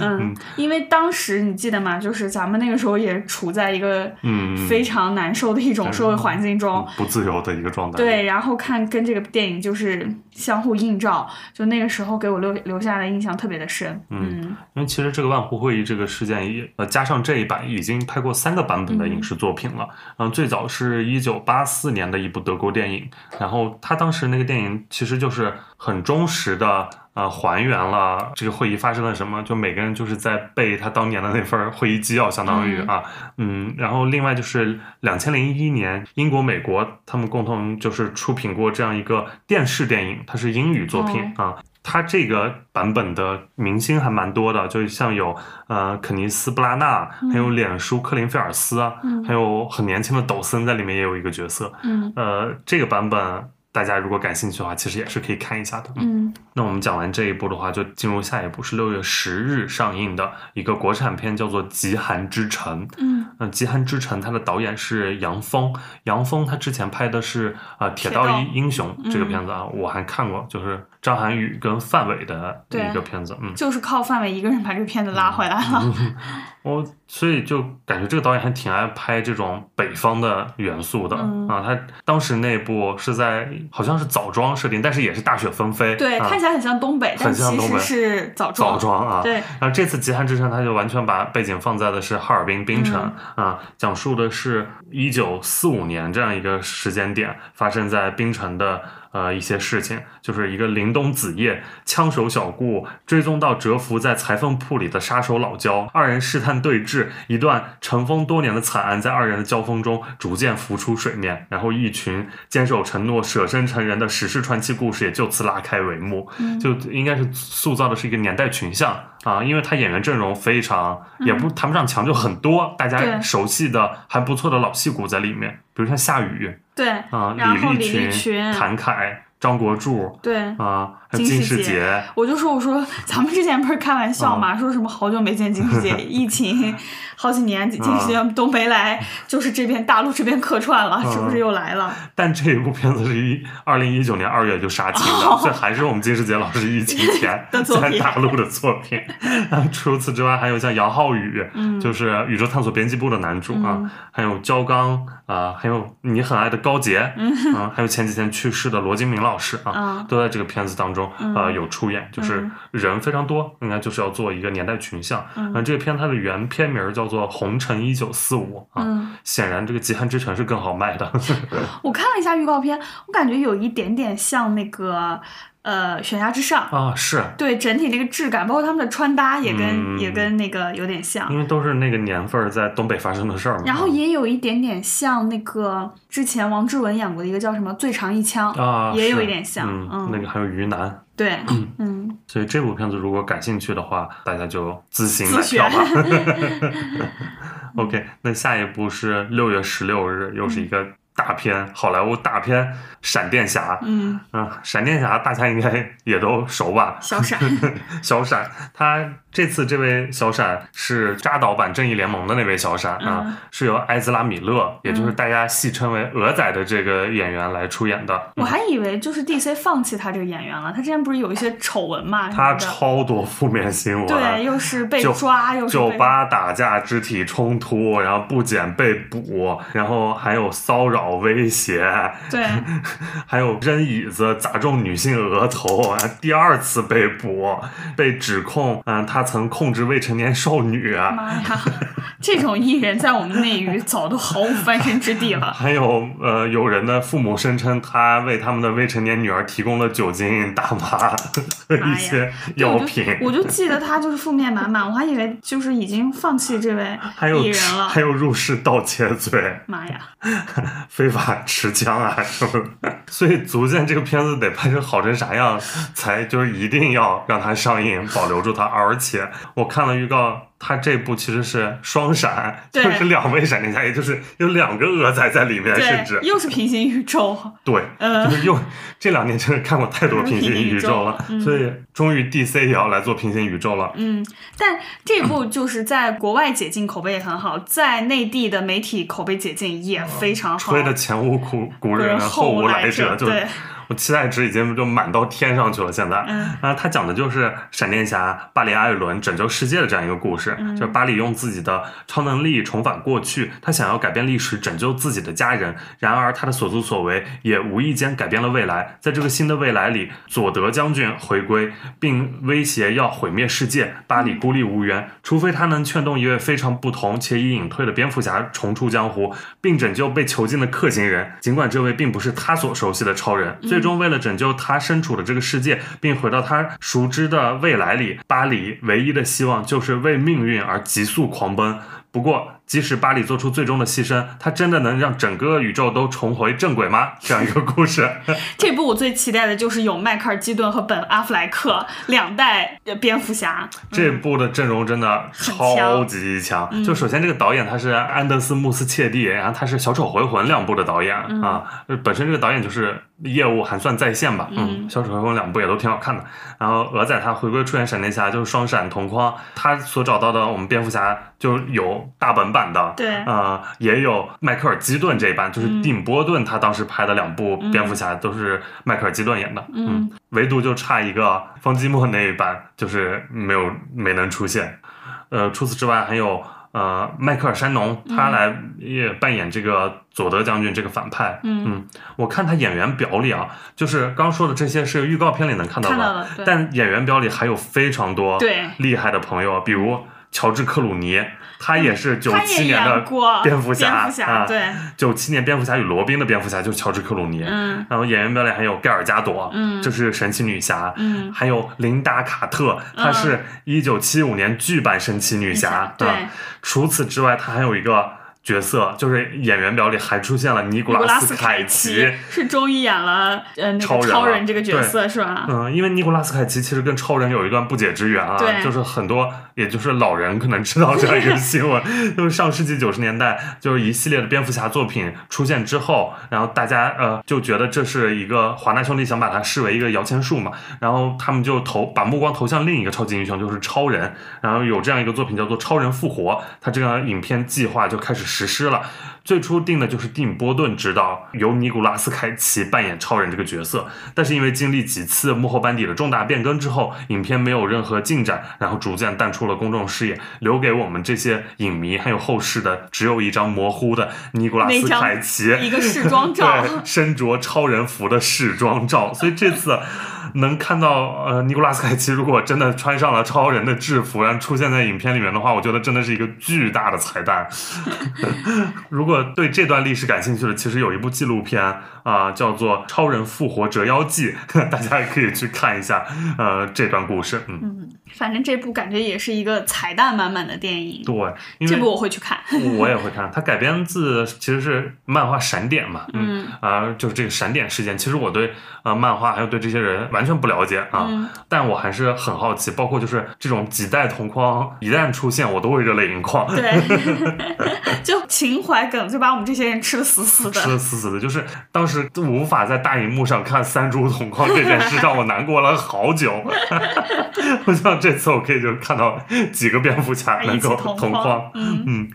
[SPEAKER 3] 嗯，因为当时你记得吗？就是咱们那个时候也处在一个
[SPEAKER 2] 嗯
[SPEAKER 3] 非常难受的一种社会环境中，
[SPEAKER 2] 不自由的一个状态。
[SPEAKER 3] 哦对，，然后看跟这个电影就是相互映照，就那个时候给我留留下的印象特别的深。
[SPEAKER 2] 嗯
[SPEAKER 3] 嗯
[SPEAKER 2] 因为其实这个万湖会议这个事件也呃加上这一版已经拍过三个版本的影视作品了。嗯、最早是一九八四年的一部德国电影，然后他当时那个电影其实就是很忠实的呃还原了这个会议发生了什么，就每个人就是在背他当年的那份会议纪要，相当于
[SPEAKER 3] 嗯
[SPEAKER 2] 啊，嗯，然后另外就是两千零一年英国、美国他们共同就是出品过这样一个电视电影，它是英语作品、啊。它这个版本的明星还蛮多的，就像有呃肯尼斯·布拉纳，还有脸书科林·菲尔斯啊，还有很年轻的抖森在里面也有一个角色。
[SPEAKER 3] 嗯
[SPEAKER 2] 呃，这个版本大家如果感兴趣的话，其实也是可以看一下的。
[SPEAKER 3] 嗯
[SPEAKER 2] 那我们讲完这一部的话，就进入下一部，是六月十日上映的一个国产片，叫做《极寒之城》。
[SPEAKER 3] 嗯，
[SPEAKER 2] 嗯，《极寒之城》它的导演是杨峰，杨峰他之前拍的是呃《铁
[SPEAKER 3] 铁道
[SPEAKER 2] 道英英雄》这个
[SPEAKER 3] 嗯
[SPEAKER 2] 片子啊，我还看过，就是张涵予跟范伟的
[SPEAKER 3] 对
[SPEAKER 2] 一个片子，嗯，
[SPEAKER 3] 就是靠范伟一个人把这个片子拉回来
[SPEAKER 2] 嗯
[SPEAKER 3] 了。
[SPEAKER 2] 我所以就感觉这个导演还挺爱拍这种北方的元素的、
[SPEAKER 3] 嗯
[SPEAKER 2] 啊。他当时那部是在好像是枣庄设定，但是也是大雪纷飞，
[SPEAKER 3] 对，
[SPEAKER 2] 啊
[SPEAKER 3] 看起来很像东北，但
[SPEAKER 2] 很像
[SPEAKER 3] 其
[SPEAKER 2] 东北
[SPEAKER 3] 实是枣庄。
[SPEAKER 2] 枣庄啊，
[SPEAKER 3] 对，
[SPEAKER 2] 然后这次《极寒之城》，它就完全把背景放在的是哈尔滨冰城、啊，讲述的是一九四五年这样一个时间点发生在冰城的呃一些事情，就是一个凛冬子夜，枪手小顾追踪到蛰伏在裁缝铺里的杀手老焦，二人试探对峙，一段尘封多年的惨案在二人的交锋中逐渐浮出水面，然后一群坚守承诺、舍身成仁的史诗传奇故事也就此拉开帷幕。就应该是塑造的是一个年代群像啊，因为他演员阵容非常，也不谈不上强，就很多大家
[SPEAKER 3] 嗯对
[SPEAKER 2] 熟悉的还不错的老戏骨在里面，比如像夏雨
[SPEAKER 3] 对
[SPEAKER 2] 啊、
[SPEAKER 3] 然后
[SPEAKER 2] 立
[SPEAKER 3] 李立群
[SPEAKER 2] 谭凯、张国柱
[SPEAKER 3] 对。
[SPEAKER 2] 啊，还有
[SPEAKER 3] 金
[SPEAKER 2] 金世
[SPEAKER 3] 世杰
[SPEAKER 2] 杰，
[SPEAKER 3] 我就说，我说咱们之前不是开玩笑
[SPEAKER 2] 嗯
[SPEAKER 3] 嘛，说什么好久没见金 世杰，疫情好几
[SPEAKER 2] 嗯
[SPEAKER 3] 年，金世杰都没来，就是这边大陆这边客串
[SPEAKER 2] 嗯
[SPEAKER 3] 了，是不是又来了？
[SPEAKER 2] 但这一部片子是一二零一九年二月就杀青的，所以还是我们金世杰老师疫 情前
[SPEAKER 3] 哦的作
[SPEAKER 2] 在
[SPEAKER 3] 品
[SPEAKER 2] 大陆的作品。 然后除此之外，还有像杨浩宇，
[SPEAKER 3] 嗯
[SPEAKER 2] 就是宇宙探索编辑部的男主啊，还有焦刚啊、还有你很爱的高洁，嗯、还有前几天去世的罗金明老师啊，
[SPEAKER 3] 嗯
[SPEAKER 2] 都在这个片子当中呃有出演，就是人非常多，应该就是要做一个年代群像。嗯、这个片它的原片名叫做《红尘一九四五》啊，
[SPEAKER 3] 嗯
[SPEAKER 2] 显然这个《极寒之城》是更好卖的。
[SPEAKER 3] 我看了一下预告片，我感觉有一点点像那个呃悬崖之上。
[SPEAKER 2] 啊，是
[SPEAKER 3] 对整体那个质感，包括他们的穿搭也跟、
[SPEAKER 2] 嗯
[SPEAKER 3] 也跟那个有点像。
[SPEAKER 2] 因为都是那个年份儿在东北发生的事儿嘛。
[SPEAKER 3] 然后也有一点点像那个之前王志文演过的一个叫什么《最长一枪》，
[SPEAKER 2] 啊，
[SPEAKER 3] 也有
[SPEAKER 2] 是
[SPEAKER 3] 一点像
[SPEAKER 2] 嗯，
[SPEAKER 3] 嗯
[SPEAKER 2] 那个还有于南。
[SPEAKER 3] 对，嗯，
[SPEAKER 2] 所以这部片子如果感兴趣的话，大家就自行
[SPEAKER 3] 自
[SPEAKER 2] 来
[SPEAKER 3] 选
[SPEAKER 2] 票吧。OK，那下一部是六月十六日，又是一个大片，好莱坞大片《闪电侠》。
[SPEAKER 3] 嗯，
[SPEAKER 2] 啊，闪电侠大家应该也都熟吧？
[SPEAKER 3] 小闪，
[SPEAKER 2] 小闪，他这次这位小闪是扎导版《正义联盟》的那位小闪啊，
[SPEAKER 3] 嗯
[SPEAKER 2] 是由埃兹拉·米勒，也就是
[SPEAKER 3] 嗯
[SPEAKER 2] 大家戏称为“鹅仔”的这个演员来出演的。
[SPEAKER 3] 我还以为就是 DC 放弃他这个演员了，他之前不是有一些丑闻嘛什
[SPEAKER 2] 他
[SPEAKER 3] 么的，
[SPEAKER 2] 超多负面新闻，
[SPEAKER 3] 对，又是被
[SPEAKER 2] 酒
[SPEAKER 3] 抓，又是
[SPEAKER 2] 酒
[SPEAKER 3] 被
[SPEAKER 2] 吧打架、肢体冲突，然后不检被捕，然后还有骚扰、威胁，
[SPEAKER 3] 对，
[SPEAKER 2] 还有扔椅子砸中女性额头，啊第二次被捕，被指控，嗯、他曾控制未成年少女。啊
[SPEAKER 3] 妈呀， 这种艺人在我们内娱早都毫无翻身之地 了。
[SPEAKER 2] 还有，呃，有人的父母声称他为他们的未成年女儿提供了酒精、 大麻和
[SPEAKER 3] 妈
[SPEAKER 2] 一
[SPEAKER 3] 哎呀
[SPEAKER 2] 些
[SPEAKER 3] 对
[SPEAKER 2] 药
[SPEAKER 3] 我就
[SPEAKER 2] 品，
[SPEAKER 3] 我就记得他就是负面满满，我还以为就是已经放弃这位
[SPEAKER 2] 还有
[SPEAKER 3] 艺人了
[SPEAKER 2] 还。有入室盗窃罪。
[SPEAKER 3] 妈呀，
[SPEAKER 2] 非法持枪啊什么的， 所以足见这个片子得拍成好成啥样，才就是一定要让它上映，保留住它。而且我看了预告，它这部其实是双闪，就
[SPEAKER 3] 对
[SPEAKER 2] 是两位闪电侠，也就是有两个鹅仔在里面，甚至
[SPEAKER 3] 对，又是平行宇宙，
[SPEAKER 2] 对。
[SPEAKER 3] 呃
[SPEAKER 2] 就，是又这两年真是看过太多平行宇宙了，
[SPEAKER 3] 嗯
[SPEAKER 2] 所以终于 DC 也要来做平行宇宙了。
[SPEAKER 3] 嗯，但这部就是在国外解禁口碑也很好，在内地的媒体口碑解禁也非常
[SPEAKER 2] 嗯
[SPEAKER 3] 好。
[SPEAKER 2] 吹的前无古古
[SPEAKER 3] 古
[SPEAKER 2] 人
[SPEAKER 3] 人
[SPEAKER 2] 后
[SPEAKER 3] 后
[SPEAKER 2] 无来
[SPEAKER 3] 者，
[SPEAKER 2] 就
[SPEAKER 3] 对，
[SPEAKER 2] 我期待值已经就满到天上去了。现在，
[SPEAKER 3] 嗯
[SPEAKER 2] 啊，他讲的就是闪电侠巴里·艾伦拯救世界的这样一个故事，就是巴里用自己的超能力重返过去，他想要改变历史，拯救自己的家人。然而，他的所作所为也无意间改变了未来。在这个新的未来里，佐德将军回归，并威胁要毁灭世界，巴里孤立无援，除非他能劝动一位非常不同且已隐退的蝙蝠侠重出江湖，并拯救被囚禁的克星人。尽管这位并不是他所熟悉的超人，最终为了拯救他身处的这个世界，并回到他熟知的未来里，巴里唯一的希望就是为命运而急速狂奔。不过，即使巴里做出最终的牺牲，他真的能让整个宇宙都重回正轨吗？这样一个故事，
[SPEAKER 3] 这部我最期待的就是有迈克尔基顿和本阿弗莱克两代呃蝙蝠侠，
[SPEAKER 2] 这部的阵容真的超级强。嗯就首先这个导演他是安德斯·穆斯切蒂，然后他是《小丑回魂》两部的导演、啊，呃本身这个导演就是业务还算在线吧。嗯，小丑回魂》两部也都挺好看的。然后鹅仔他回归出演闪电侠就是双闪同框，他所找到的我们蝙蝠侠就有大本版的，
[SPEAKER 3] 对
[SPEAKER 2] 呃，也有迈克尔·基顿这一版，就是蒂姆·波顿他当时拍的两部蝙蝠侠都是迈克尔·基顿演的。嗯
[SPEAKER 3] 嗯，
[SPEAKER 2] 唯独就差一个方季莫那一版，就是没有没能出现。呃，除此之外还有呃迈克尔·山农，
[SPEAKER 3] 嗯
[SPEAKER 2] 他来也扮演这个佐德将军这个反派。
[SPEAKER 3] 嗯
[SPEAKER 2] 我看他演员表里啊，就是刚说的这些是预告片里能嗯看到的，
[SPEAKER 3] 看到了对
[SPEAKER 2] 但演员表里还有非常多
[SPEAKER 3] 对
[SPEAKER 2] 厉害的朋友，比如乔治·克鲁尼，他也是九
[SPEAKER 3] 嗯他
[SPEAKER 2] 七
[SPEAKER 3] 也
[SPEAKER 2] 年的
[SPEAKER 3] 演过
[SPEAKER 2] 蝙蝠侠，
[SPEAKER 3] 蝙蝠侠
[SPEAKER 2] 啊、
[SPEAKER 3] 对，
[SPEAKER 2] 九七年蝙蝠侠与罗宾的蝙蝠侠就是乔治·克鲁尼。
[SPEAKER 3] 嗯
[SPEAKER 2] 然后演员表里还有盖尔加朵，
[SPEAKER 3] 嗯
[SPEAKER 2] 就是神奇女侠，
[SPEAKER 3] 嗯
[SPEAKER 2] 还有琳达卡特，她是一九七五年剧版神奇女侠，
[SPEAKER 3] 对
[SPEAKER 2] 啊除此之外，她还有一个角色，就是演员表里还出现了尼古
[SPEAKER 3] 尼古
[SPEAKER 2] 拉
[SPEAKER 3] 拉
[SPEAKER 2] 斯
[SPEAKER 3] 斯
[SPEAKER 2] 凯
[SPEAKER 3] 奇是终于演了呃那
[SPEAKER 2] 超
[SPEAKER 3] 个
[SPEAKER 2] 人
[SPEAKER 3] 超
[SPEAKER 2] 了
[SPEAKER 3] 人这个角
[SPEAKER 2] 对
[SPEAKER 3] 色是吧？
[SPEAKER 2] 嗯，因为尼古拉斯凯奇其实跟超人有一段不解之缘啊，
[SPEAKER 3] 对
[SPEAKER 2] 就是很多也就是老人可能知道这样一个新闻，就是上世纪九十年代，就是一系列的蝙蝠侠作品出现之后，然后大家呃就觉得这是一个华纳兄弟想把它视为一个摇钱树嘛，然后他们就投把目光投向另一个超级英雄，就是超人，然后有这样一个作品叫做《超人复活》，它这个影片计划就开始实施了。最初定的就是蒂姆·波顿执导，由尼古拉斯·凯奇扮演超人这个角色，但是因为经历几次幕后班底的重大变更之后，影片没有任何进展，然后逐渐淡出了公众视野，留给我们这些影迷还有后世的只有一张模糊的尼古拉斯
[SPEAKER 3] 那
[SPEAKER 2] ·
[SPEAKER 3] 张
[SPEAKER 2] 凯奇
[SPEAKER 3] 一个试装照，
[SPEAKER 2] 对，身着超人服的试装照，所以这次能看到呃，尼古拉斯凯奇如果真的穿上了超人的制服，然后出现在影片里面的话，我觉得真的是一个巨大的彩蛋。 如果对这段历史感兴趣的，其实有一部纪录片啊、叫做《超人复活折腰记》， 大家也可以去看一下呃这段故事。嗯，
[SPEAKER 3] 反正这部感觉也是一个彩蛋满满的电影，
[SPEAKER 2] 对，因
[SPEAKER 3] 这
[SPEAKER 2] 为
[SPEAKER 3] 部我会去看。
[SPEAKER 2] 我也会看，它改编自其实是漫画《闪点》嘛，
[SPEAKER 3] 嗯
[SPEAKER 2] 啊、就是这个闪点事件。其实我对呃漫画还有对这些人完全不了解啊，
[SPEAKER 3] 嗯
[SPEAKER 2] 但我还是很好奇，包括就是这种几代同框一旦出现，我都会热泪盈眶。
[SPEAKER 3] 对， 就情怀梗就把我们这些人吃的死死
[SPEAKER 2] 吃的
[SPEAKER 3] 的。
[SPEAKER 2] 死死的，就是当时无法在大荧幕上看三株同框这件事，让我难过了好久。 我想这次我可以就看到几个蝙蝠侠能
[SPEAKER 3] 一起
[SPEAKER 2] 够
[SPEAKER 3] 同
[SPEAKER 2] 同框
[SPEAKER 3] 框，，嗯，
[SPEAKER 2] 嗯，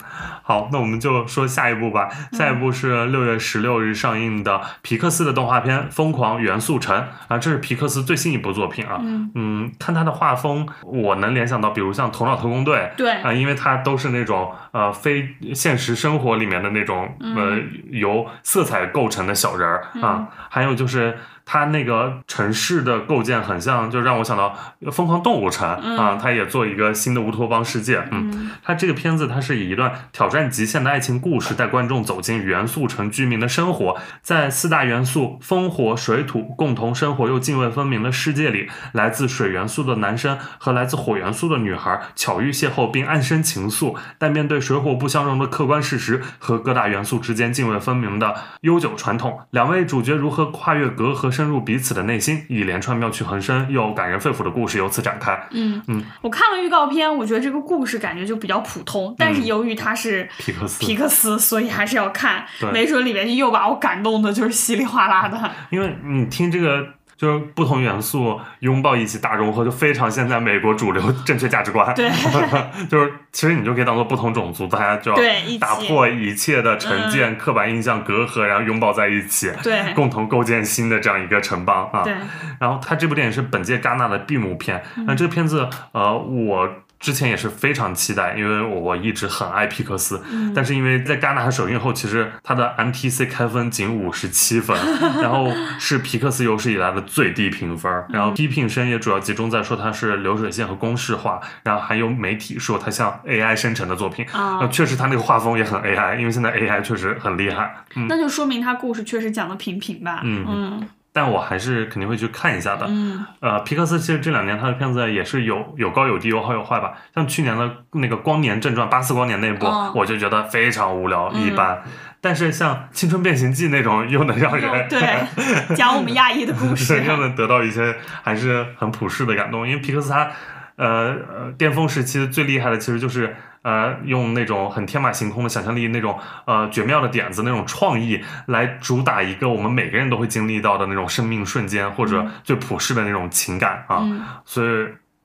[SPEAKER 2] 好，那我们就说下一部吧。下一部是六月十六日上映的皮克斯的动画片《疯狂元素城》啊，这是皮克斯最新一部作品啊。
[SPEAKER 3] 嗯
[SPEAKER 2] 看它的画风，我能联想到，比如像《头脑特工队》
[SPEAKER 3] 对
[SPEAKER 2] 啊、因为它都是那种呃非现实生活里面的那种、呃由色彩构成的小人儿啊、还有就是。它那个城市的构建很像，就让我想到《疯狂动物城》啊，它也做一个新的乌托邦世界，嗯它这个片子，它是以一段挑战极限的爱情故事，带观众走进元素城居民的生活，在四大元素风、火、水、土共同生活又泾渭分明的世界里，来自水元素的男生和来自火元素的女孩巧遇邂逅并暗生情愫，但面对水火不相容的客观事实和各大元素之间泾渭分明的悠久传统，两位主角如何跨越隔阂，深入彼此的内心，一连串妙趣横生又感人肺腑的故事由此展开。
[SPEAKER 3] 嗯
[SPEAKER 2] 嗯，
[SPEAKER 3] 我看了预告片，我觉得这个故事感觉就比较普通，但是由于它是
[SPEAKER 2] 嗯皮克斯，
[SPEAKER 3] 皮克斯，所以还是要看
[SPEAKER 2] 对，啊
[SPEAKER 3] 没准里面又把我感动的就是稀里哗啦的。
[SPEAKER 2] 因为你听这个。就是不同元素拥抱一起大融合，就非常现在美国主流正确价值观。
[SPEAKER 3] 对，
[SPEAKER 2] 就是其实你就可以当做不同种族，大家就要
[SPEAKER 3] 对一起嗯
[SPEAKER 2] 打破一切的成见、刻板印象、隔阂，然后拥抱在一起，
[SPEAKER 3] 对
[SPEAKER 2] 共同构建新的这样一个城邦啊。
[SPEAKER 3] 对，
[SPEAKER 2] 然后他这部电影是本届戛纳的闭幕片。那、这个片子，呃，我之前也是非常期待，因为我一直很爱皮克斯，但是因为在戛纳首映后，其实它的 MTC 开分仅五十七分，然后是皮克斯有史以来的最低评分。然后批评声也主要集中在说它是流水线和公式化，然后还有媒体说它像 AI 生成的作品。
[SPEAKER 3] 啊
[SPEAKER 2] 呃，确实，它那个画风也很 AI，因为现在 AI 确实很厉害。
[SPEAKER 3] 那就说明他故事确实讲的平平吧。
[SPEAKER 2] 嗯
[SPEAKER 3] 嗯
[SPEAKER 2] 但我还是肯定会去看一下的。
[SPEAKER 3] 嗯
[SPEAKER 2] 呃，皮克斯其实这两年他的片子也是有有高有低，有好有坏吧。像去年的那个《光年正传》《八四光年》那部，
[SPEAKER 3] 哦
[SPEAKER 2] 我就觉得非常无聊、
[SPEAKER 3] 嗯
[SPEAKER 2] 一般。但是像《青春变形记》那种，又能让人
[SPEAKER 3] 对，讲我们亚裔 的故事
[SPEAKER 2] 身。上能得到一些还是很普世的感动，因为皮克斯他呃呃巅峰时期最厉害的其实就是。呃，用那种很天马行空的想象力，那种呃绝妙的点子，那种创意来主打一个我们每个人都会经历到的那种生命瞬间，或者最普世的那种情感啊。
[SPEAKER 3] 嗯
[SPEAKER 2] 所以，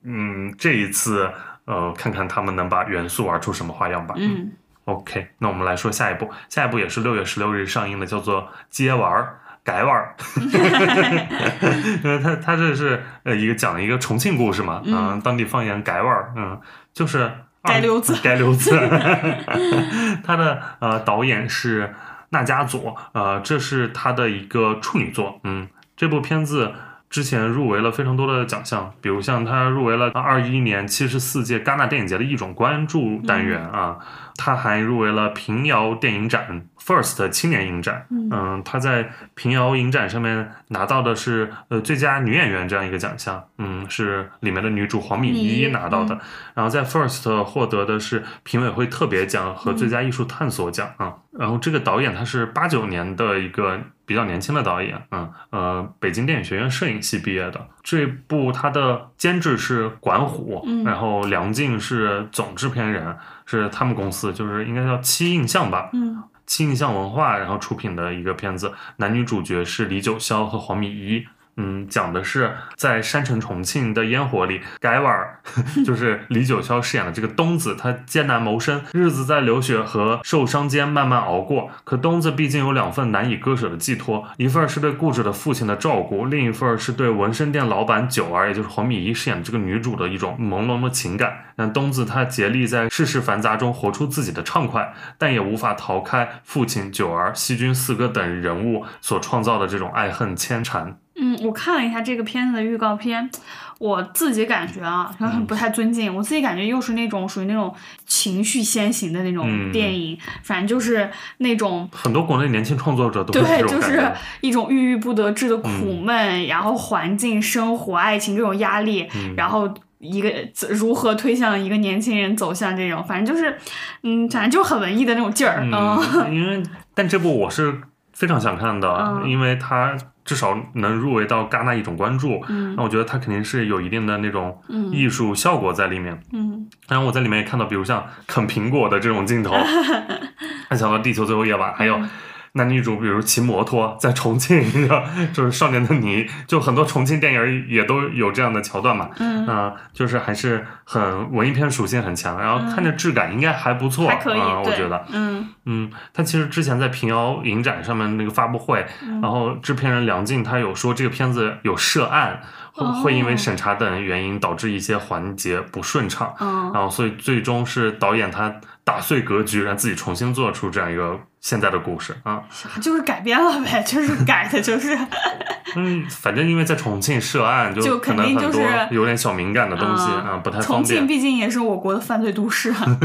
[SPEAKER 2] 嗯，这一次，呃，看看他们能把元素玩出什么花样吧。
[SPEAKER 3] 嗯
[SPEAKER 2] OK，那我们来说下一部，下一部也是六月十六日上映的，叫做《接玩儿改玩儿》， 因为它它这是呃一个讲了一个重庆故事嘛，嗯、当地方言改玩儿，嗯，就是
[SPEAKER 3] 街溜 子
[SPEAKER 2] 街溜子，他的呃导演是那加佐，呃，这是他的一个处女作，嗯，这部片子。之前入围了非常多的奖项，比如像他入围了二一年七十四届戛纳电影节的一种关注单元啊，他还入围了平遥电影展 First 青年影展，
[SPEAKER 3] 嗯
[SPEAKER 2] 嗯，他在平遥影展上面拿到的是呃最佳女演员这样一个奖项，嗯，是里面的女主黄敏
[SPEAKER 3] 敏
[SPEAKER 2] 仪
[SPEAKER 3] 仪嗯
[SPEAKER 2] 拿到的，然后在 First 获得的是评委会特别奖和
[SPEAKER 3] 嗯
[SPEAKER 2] 最佳艺术探索奖啊。然后这个导演他是八九年的一个比较年轻的导演，嗯呃，北京电影学院摄影系毕业的。这部他的监制是管虎，
[SPEAKER 3] 嗯
[SPEAKER 2] 然后梁静是总制片人，是他们公司，就是应该叫七印象吧，
[SPEAKER 3] 嗯
[SPEAKER 2] 七印象文化然后出品的一个片子，男女主角是李九霄和黄敏仪。嗯，讲的是在山城重庆的烟火里，改碗儿 就是李九霄饰演的这个东子，他艰难谋生，日子在流血和受伤间慢慢熬过。可东子毕竟有两份难以割舍的寄托，一份儿是对固执的父亲的照顾，另一份儿是对纹身店老板九儿，也就是黄敏仪饰演的这个女主的一种朦胧的情感。让东子他竭力在世事繁杂中活出自己的畅快，但也无法逃开父亲、九儿、西君四哥等人物所创造的这种爱恨牵缠。
[SPEAKER 3] 嗯嗯，我看了一下这个片子的预告片，我自己感觉啊，然后
[SPEAKER 2] 嗯
[SPEAKER 3] 很不太尊敬。我自己感觉又是那种属于那种情绪先行的那种
[SPEAKER 2] 嗯
[SPEAKER 3] 电影，反正就是那种
[SPEAKER 2] 很多国内年轻创作者都是
[SPEAKER 3] 对
[SPEAKER 2] 这，种
[SPEAKER 3] 就
[SPEAKER 2] 感
[SPEAKER 3] 是
[SPEAKER 2] 觉。嗯
[SPEAKER 3] 一种郁郁不得志的苦闷，然后环境、生活、爱情这种压力，
[SPEAKER 2] 嗯
[SPEAKER 3] 然后一个怎如何推向一个年轻人走向这种，反正就是，嗯，反正就是很文艺的那种劲儿，嗯
[SPEAKER 2] 嗯，因为但这部我是非常想看的，
[SPEAKER 3] 嗯
[SPEAKER 2] 因为它至少能入围到戛纳一种关注，
[SPEAKER 3] 嗯
[SPEAKER 2] 那我觉得它肯定是有一定的那种艺术效果在里面。
[SPEAKER 3] 嗯
[SPEAKER 2] 然后我在里面也看到，比如像啃苹果的这种镜 头，还想到《地球最后夜晚》，还有
[SPEAKER 3] 嗯
[SPEAKER 2] 男女主，比如骑摩托在重庆， 就是《少年的你》，就很多重庆电影也都有这样的桥段嘛。
[SPEAKER 3] 嗯，
[SPEAKER 2] 啊、就是还是很文艺片属性很强，然后看着质感应该还不错
[SPEAKER 3] 嗯还
[SPEAKER 2] 啊、
[SPEAKER 3] 可以，
[SPEAKER 2] 我
[SPEAKER 3] 对，
[SPEAKER 2] 觉得，
[SPEAKER 3] 嗯
[SPEAKER 2] 嗯，他其实之前在平遥影展上面那个发布会，
[SPEAKER 3] 嗯
[SPEAKER 2] 然后制片人梁静他有说这个片子有涉案，会会因为
[SPEAKER 3] 哦
[SPEAKER 2] 审查等原因导致一些环节不顺畅，
[SPEAKER 3] 嗯
[SPEAKER 2] 然后所以最终是导演他打碎格局，让自己重新做出这样一个现在的故事啊。
[SPEAKER 3] 就是改编了呗，就是改的，就是。
[SPEAKER 2] 嗯，反正因为在重庆涉案，
[SPEAKER 3] 就
[SPEAKER 2] 就可
[SPEAKER 3] 肯
[SPEAKER 2] 能
[SPEAKER 3] 定
[SPEAKER 2] 很
[SPEAKER 3] 就
[SPEAKER 2] 多
[SPEAKER 3] 是
[SPEAKER 2] 有点小敏感的东西
[SPEAKER 3] 嗯
[SPEAKER 2] 啊，不太方
[SPEAKER 3] 重庆
[SPEAKER 2] 便，
[SPEAKER 3] 毕竟也是我国的犯罪都市啊，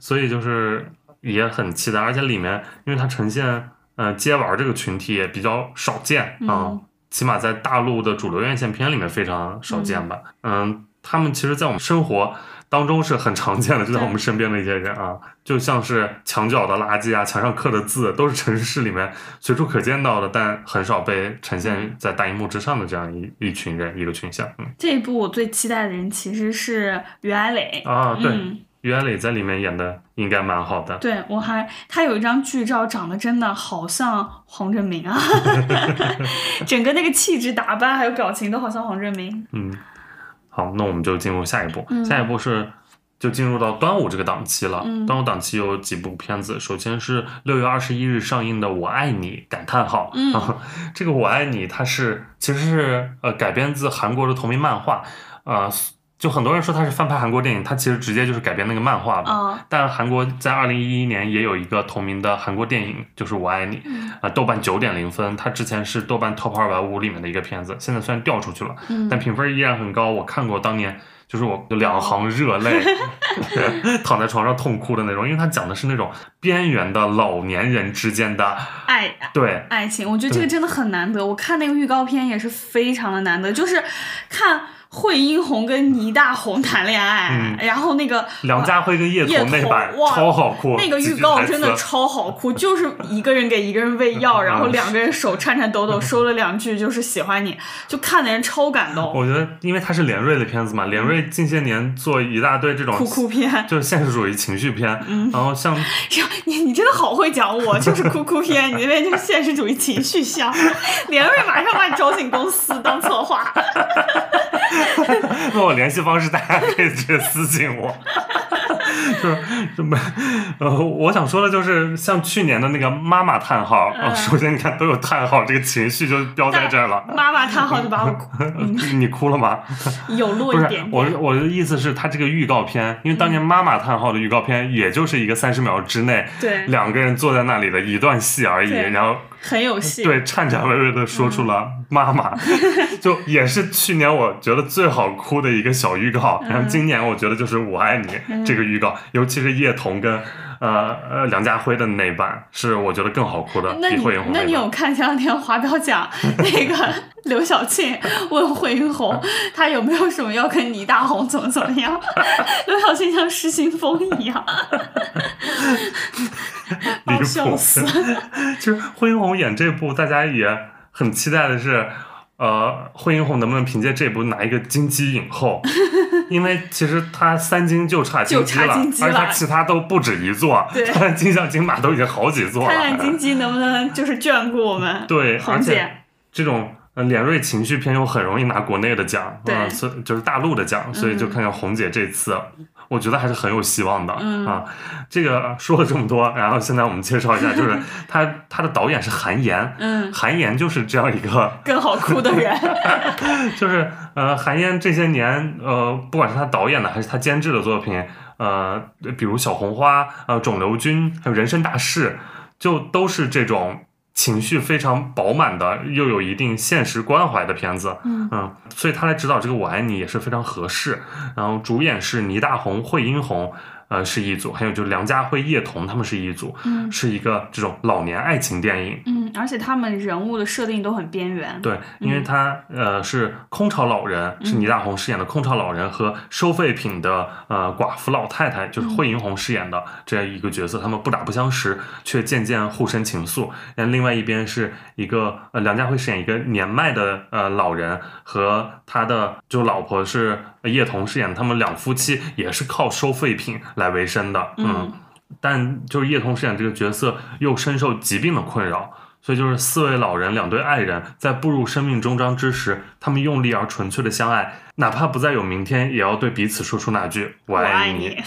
[SPEAKER 2] 所以就是也很期待，而且里面因为它呈现呃街玩这个群体也比较少见啊、
[SPEAKER 3] 嗯
[SPEAKER 2] 起码在大陆的主流院线片里面非常少见吧，嗯，他们其实，在我们生活。当中是很常见的，就在我们身边的一些人啊，就像是墙角的垃圾啊、墙上刻的字，都是城市里面随处可见到的，但很少被呈现在大荧幕之上的这样一一群人、一个群像。嗯
[SPEAKER 3] 这一部我最期待的人其实是于爱磊。
[SPEAKER 2] 啊，对，
[SPEAKER 3] 嗯，
[SPEAKER 2] 于爱磊在里面演的应该蛮好的。
[SPEAKER 3] 对我还他有一张剧照，长得真的好像黄正 明啊，整个那个气质、打扮还有表情都好像黄正明。
[SPEAKER 2] 嗯，好，那我们就进入下一步。
[SPEAKER 3] 嗯
[SPEAKER 2] 下一步是就进入到端午这个档期了。
[SPEAKER 3] 嗯
[SPEAKER 2] 端午档期有几部片子，首先是六月二十一日上映的《我爱你》感叹号。
[SPEAKER 3] 嗯
[SPEAKER 2] 啊， 这个《我爱你》它是其实是呃改编自韩国的同名漫画，啊，就很多人说它是翻拍韩国电影，它其实直接就是改编那个漫画嘛。
[SPEAKER 3] 啊，
[SPEAKER 2] 但韩国在二零一一年也有一个同名的韩国电影，就是《我爱你》，
[SPEAKER 3] 嗯
[SPEAKER 2] 啊、豆瓣九点零分，它之前是豆瓣 Top 二百五里面的一个片子，现在虽然掉出去了，
[SPEAKER 3] 嗯
[SPEAKER 2] 但评分依然很高。我看过当年。就是我两行热 泪，躺在床上痛哭的那种，因为它讲的是那种边缘的老年人之间的
[SPEAKER 3] 爱
[SPEAKER 2] 对
[SPEAKER 3] 爱情，我觉得这
[SPEAKER 2] 对
[SPEAKER 3] 个真的很难得。我看那个预告片也是非常的难得，就是看惠英红跟倪大红谈恋爱，然后那个
[SPEAKER 2] 梁嗯家辉跟叶
[SPEAKER 3] 叶
[SPEAKER 2] 童那
[SPEAKER 3] 童
[SPEAKER 2] 版
[SPEAKER 3] 哇
[SPEAKER 2] 超好哭，
[SPEAKER 3] 那个
[SPEAKER 2] 几
[SPEAKER 3] 预
[SPEAKER 2] 句
[SPEAKER 3] 告
[SPEAKER 2] 台
[SPEAKER 3] 真的
[SPEAKER 2] 词啊
[SPEAKER 3] 超好哭，就是一个人给一个人喂 药，然后两个人手颤颤抖抖说了两句，就是喜欢你，就看的人超感动。
[SPEAKER 2] 我觉得因为它是连瑞的片子嘛，连瑞近些年做一大堆这种
[SPEAKER 3] 哭哭片，
[SPEAKER 2] 就是现实主义情绪片，
[SPEAKER 3] 嗯
[SPEAKER 2] 然后 像
[SPEAKER 3] 哟，你你真的好会讲我，就是哭哭片， 你那边就是现实主义情绪向，连瑞马上把你招进公司当策 划，
[SPEAKER 2] 那我联系方式，大家可以直接私信我。就是什么？呃，我想说的就是，像去年的那个妈妈叹号，
[SPEAKER 3] 嗯
[SPEAKER 2] 呃首先你看都有叹号，这个情绪就标在这儿了。呃
[SPEAKER 3] 妈妈叹号就把 我哭
[SPEAKER 2] 你哭了吗？
[SPEAKER 3] 有落
[SPEAKER 2] 不
[SPEAKER 3] 嗯一
[SPEAKER 2] 是
[SPEAKER 3] 点，嗯
[SPEAKER 2] 我是我的意思是，他这个预告片，因为当年妈妈叹号的预告片，也就是一个三十秒之内，
[SPEAKER 3] 对
[SPEAKER 2] 两个人坐在那里的一段戏而已，
[SPEAKER 3] 对
[SPEAKER 2] 然后
[SPEAKER 3] 很有戏。
[SPEAKER 2] 对，颤颤巍巍的说出了
[SPEAKER 3] 嗯
[SPEAKER 2] 妈妈， 就也是去年我觉得最好哭的一个小预告。
[SPEAKER 3] 嗯
[SPEAKER 2] 然后今年我觉得就是我爱你、这个预告，尤其是叶童跟呃呃梁家辉的那版，是我觉得更好哭的，
[SPEAKER 3] 哎那
[SPEAKER 2] 比
[SPEAKER 3] 你
[SPEAKER 2] 惠英红
[SPEAKER 3] 那
[SPEAKER 2] 版
[SPEAKER 3] 你有看前两天华 表奖那个刘晓庆问惠英
[SPEAKER 2] 啊
[SPEAKER 3] 红，她有没有什么要跟倪大红怎么怎么样？刘晓庆像失心疯 一样，把
[SPEAKER 2] 离
[SPEAKER 3] 我
[SPEAKER 2] 谱
[SPEAKER 3] 笑死。
[SPEAKER 2] 其实惠英红演这部，大家也很期待的是，呃，惠英红能不能凭借这部拿一个金鸡影后？ 因为其实她三金就差金
[SPEAKER 3] 就
[SPEAKER 2] 鸡
[SPEAKER 3] 差
[SPEAKER 2] 了，
[SPEAKER 3] 金鸡
[SPEAKER 2] 而且她
[SPEAKER 3] 了
[SPEAKER 2] 其他都不止一座
[SPEAKER 3] 对，
[SPEAKER 2] 她金像金马都已经好几座了。
[SPEAKER 3] 看看金鸡能不能就是眷顾我们，
[SPEAKER 2] 对，
[SPEAKER 3] 红
[SPEAKER 2] 而且
[SPEAKER 3] 姐，
[SPEAKER 2] 这种呃连瑞情绪片又很容易拿国内的奖，
[SPEAKER 3] 对嗯
[SPEAKER 2] 嗯所以就是大陆的奖，所以就看看红姐这次，啊我觉得还是很有希望的、
[SPEAKER 3] 嗯
[SPEAKER 2] 啊。这个说了这么多，然后现在我们介绍一下，就是 他他的导演是韩延，
[SPEAKER 3] 嗯，
[SPEAKER 2] 韩延就是这样一个
[SPEAKER 3] 更好哭的 人，
[SPEAKER 2] 就是呃，韩延这些年呃，不管是他导演的还是他监制的作品，呃，比如《小红花》、呃，《肿瘤君》还有《人生大事》，就都是这种情绪非常饱满的，又有一定现实关怀的片子。
[SPEAKER 3] 嗯
[SPEAKER 2] 所以他来指导这个《我爱你》也是非常合适。然后主演是倪大红、惠英红，呃，是一组，还有就是梁家辉、叶童他们是一组，
[SPEAKER 3] 嗯
[SPEAKER 2] 是一个这种老年爱情电影。
[SPEAKER 3] 嗯，而且他们人物的设定都很边缘。
[SPEAKER 2] 对，因为他、呃是空巢老人，是倪大红饰演的空巢老人和收废品的呃寡妇老太太，就是惠英红饰演的这样一个角色，他们不打不相识，却渐渐互生情愫。然后另外一边是一个呃梁家辉饰演一个年迈的呃老人和他的就老婆是呃叶童饰演的，他们两夫妻也是靠收废品来为生的，
[SPEAKER 3] 嗯
[SPEAKER 2] 但就是叶童饰演这个角色又深受疾病的困扰，所以就是四位老人两对爱人在步入生命终章之时，他们用力而纯粹的相爱，哪怕不再有明天，也要对彼此说出那句“我爱
[SPEAKER 3] 我爱你
[SPEAKER 2] 啊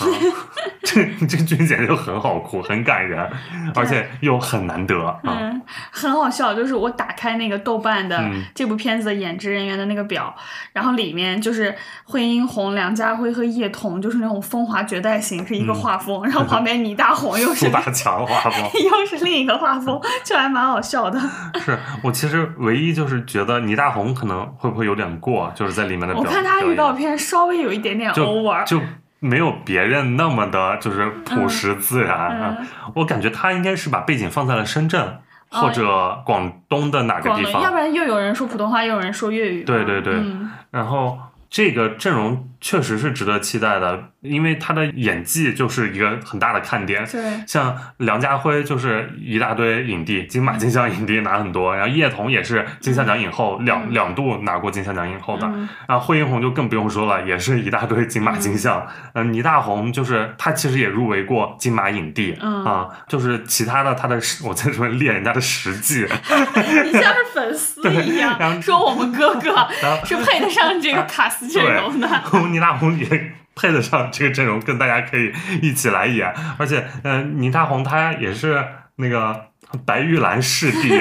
[SPEAKER 2] 这这句简直就很好哭，很感人，而且又很难得啊。
[SPEAKER 3] 嗯，很好笑，就是我打开那个豆瓣的
[SPEAKER 2] 嗯
[SPEAKER 3] 这部片子的演职人员的那个表，然后里面就是惠英红、梁家辉和叶童，就是那种风华绝代型，是一个
[SPEAKER 2] 嗯
[SPEAKER 3] 画 风，然后旁边倪大红又
[SPEAKER 2] 苏
[SPEAKER 3] 是
[SPEAKER 2] 大强画风，
[SPEAKER 3] 又是另一个画风，就还蛮好笑的。
[SPEAKER 2] 是我其实唯一就是觉得倪大红可能会不会有点过，就是在里面的表
[SPEAKER 3] 我看他
[SPEAKER 2] 表
[SPEAKER 3] 预告
[SPEAKER 2] 演
[SPEAKER 3] 片稍微有一点点
[SPEAKER 2] 就
[SPEAKER 3] over，
[SPEAKER 2] 就没有别人那么的，就是朴实自然。啊
[SPEAKER 3] 嗯嗯哦
[SPEAKER 2] 我感觉他应该是把背景放在了深圳、或者广东的哪个
[SPEAKER 3] 广
[SPEAKER 2] 地
[SPEAKER 3] 东，要
[SPEAKER 2] 方
[SPEAKER 3] 不。然又有人说普通话，又有人说粤语嘛。
[SPEAKER 2] 对对对
[SPEAKER 3] 嗯
[SPEAKER 2] 然后这个阵容确实是值得期待的，因为他的演技就是一个很大的看点。
[SPEAKER 3] 对，
[SPEAKER 2] 像梁家辉就是一大堆影帝，金马金像影帝拿很多，然后叶童也是金像奖影后，两两度拿过金像奖影后的，
[SPEAKER 3] 嗯
[SPEAKER 2] 然后惠英红就更不用说了，也是一大堆金马金像。嗯，倪大红就是她其实也入围过金马影帝啊、
[SPEAKER 3] 嗯
[SPEAKER 2] 就是其他的她的实我在说列人家的实际，
[SPEAKER 3] 你像是粉丝 一
[SPEAKER 2] 然后
[SPEAKER 3] 样说我们哥哥
[SPEAKER 2] 然后
[SPEAKER 3] 是配得上 这个卡斯阵容的。
[SPEAKER 2] 倪大红也配得上这个阵容，跟大家可以一起来演。而且，嗯、倪大红她也是那个白玉兰师弟，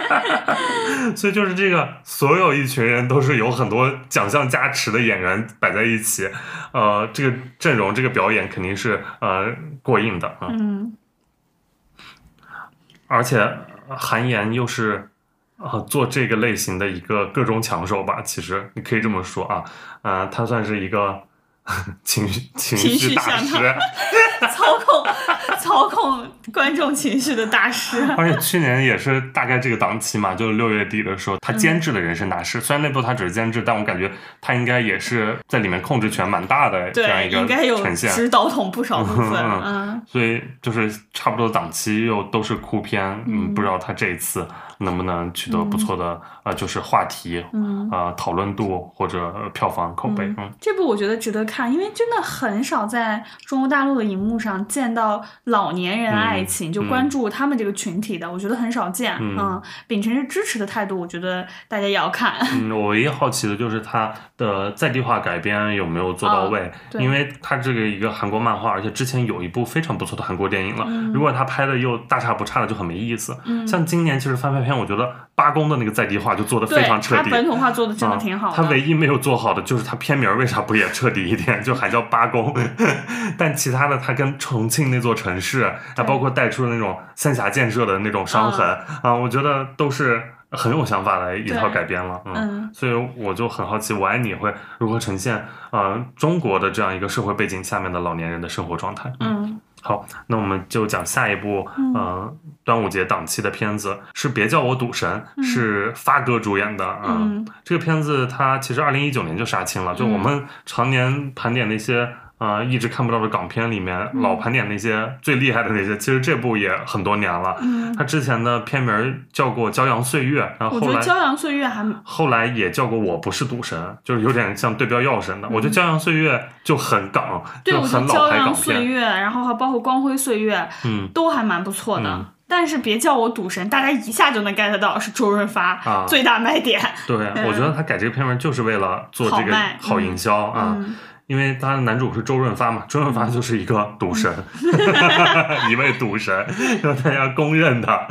[SPEAKER 2] 所以就是这个所有一群人都是有很多奖项加持的演员摆在一起，呃，这个阵容这个表演肯定是呃过硬的啊。嗯
[SPEAKER 3] 嗯，
[SPEAKER 2] 而且呃韩延又是呃做这个类型的一个各中强手吧，其实你可以这么说啊，呃，他算是一个 情绪情
[SPEAKER 3] 情
[SPEAKER 2] 绪
[SPEAKER 3] 绪
[SPEAKER 2] 大
[SPEAKER 3] 向
[SPEAKER 2] 师，
[SPEAKER 3] 操控操控观众情绪的 大师。
[SPEAKER 2] 而且去年也是大概这个档期嘛，就是六月底的时候，
[SPEAKER 3] 嗯
[SPEAKER 2] 他监制的《人生大师》，虽然那部他只是监制，但我感觉他应该也是在里面控制权蛮大的这样
[SPEAKER 3] 对，
[SPEAKER 2] 一个
[SPEAKER 3] 应该有
[SPEAKER 2] 呈现。
[SPEAKER 3] 指导筒不少部 分。
[SPEAKER 2] 嗯
[SPEAKER 3] 嗯，
[SPEAKER 2] 所以就是差不多档期又都是哭片，嗯，
[SPEAKER 3] 嗯
[SPEAKER 2] 不知道他这一次能不能取得不错的、呃，就是话题，
[SPEAKER 3] 嗯
[SPEAKER 2] 呃，讨论度或者呃票房口碑，嗯，
[SPEAKER 3] 这部我觉得值得看，因为真的很少在中国大陆的荧幕上见到老年
[SPEAKER 2] 嗯
[SPEAKER 3] 人爱情，就关注他们这个群体的，我觉得很少见。
[SPEAKER 2] 嗯
[SPEAKER 3] 秉承着支持的态度，我觉得大家也 要看。
[SPEAKER 2] 嗯，我唯一好奇的就是它的在地化改编有没有做到位，
[SPEAKER 3] 啊对
[SPEAKER 2] 因为它这个一个韩国漫画，而且之前有一部非常不错的韩国电影了，
[SPEAKER 3] 嗯
[SPEAKER 2] 如果它拍的又大差不差的，就很没意思。像今年其实翻拍片，我觉得八公的那个在地化就做的非
[SPEAKER 3] 对
[SPEAKER 2] 常彻
[SPEAKER 3] 他
[SPEAKER 2] 底。
[SPEAKER 3] 本土化做的真的
[SPEAKER 2] 啊
[SPEAKER 3] 挺好的。
[SPEAKER 2] 他唯一没有做好的就是他片名儿为啥不也彻底一点，就还叫八公， 但其他的他跟重庆那座城市，还包括带出的那种三峡建设的那种伤痕啊，我觉得都是很有想法的一套
[SPEAKER 3] 嗯对
[SPEAKER 2] 改编了，嗯。
[SPEAKER 3] 嗯
[SPEAKER 2] 所以我就很好奇，《我爱你》会如何呈现呃中国的这样一个社会背景下面的老年人的生活状态。，
[SPEAKER 3] 嗯
[SPEAKER 2] 好，那我们就讲下一部，
[SPEAKER 3] 嗯
[SPEAKER 2] 呃，端午节档期的片子是《别叫我赌神》，
[SPEAKER 3] 嗯
[SPEAKER 2] 是发哥主演的啊。
[SPEAKER 3] 嗯
[SPEAKER 2] 这个片子它其实二零一九年就杀青了，就我们常年盘点那些。呃，一直看不到的港片里面，
[SPEAKER 3] 嗯
[SPEAKER 2] 老盘点那些最厉害的那些，其实这部也很多年了。
[SPEAKER 3] 嗯，
[SPEAKER 2] 它之前的片名儿叫过《骄阳岁月》，然后啊后
[SPEAKER 3] 我觉得
[SPEAKER 2] 来
[SPEAKER 3] 《骄阳岁月》还
[SPEAKER 2] 后来也叫过我不是赌神，就是有点像对标药神的。我觉得《骄阳岁月》就很港，
[SPEAKER 3] 嗯对，
[SPEAKER 2] 就
[SPEAKER 3] 我觉得
[SPEAKER 2] 很
[SPEAKER 3] 《
[SPEAKER 2] 老
[SPEAKER 3] 骄
[SPEAKER 2] 牌
[SPEAKER 3] 阳
[SPEAKER 2] 港
[SPEAKER 3] 岁
[SPEAKER 2] 片。
[SPEAKER 3] 月》，然后还包括《光辉岁月》，
[SPEAKER 2] 嗯，
[SPEAKER 3] 都还蛮不错的。
[SPEAKER 2] 嗯
[SPEAKER 3] 但是别叫我赌神，大家一下就能 get 到是周润发、
[SPEAKER 2] 啊
[SPEAKER 3] 最大卖点。
[SPEAKER 2] 对，我觉得他改这个片名就是为了做这
[SPEAKER 3] 好
[SPEAKER 2] 个
[SPEAKER 3] 卖
[SPEAKER 2] 好营销啊，
[SPEAKER 3] 嗯
[SPEAKER 2] 因为他的男主是周润发嘛，周润发就是一个赌 神，一位赌神，就是大家公认的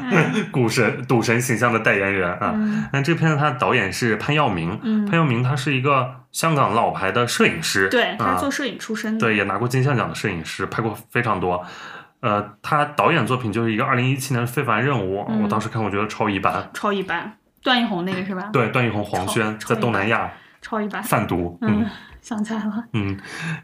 [SPEAKER 2] 股神赌神形象的代言人啊。
[SPEAKER 3] 嗯
[SPEAKER 2] 那这片子它的导演是潘耀明，
[SPEAKER 3] 嗯
[SPEAKER 2] 潘耀明他是一个香港老牌的摄影师，
[SPEAKER 3] 对他
[SPEAKER 2] 啊
[SPEAKER 3] 做摄影出身的，
[SPEAKER 2] 对，也拿过金像奖的摄影师，拍过非常多。呃，他导演作品就是一个二零一七年的《非凡任务》
[SPEAKER 3] 嗯
[SPEAKER 2] 我当时看我觉得超一般。
[SPEAKER 3] 超一般。段奕宏那个是吧？，
[SPEAKER 2] 对，段奕宏、黄轩
[SPEAKER 3] 超
[SPEAKER 2] 在东南亚
[SPEAKER 3] 超一般。
[SPEAKER 2] 贩毒，嗯
[SPEAKER 3] 嗯，想起来 了。
[SPEAKER 2] 嗯，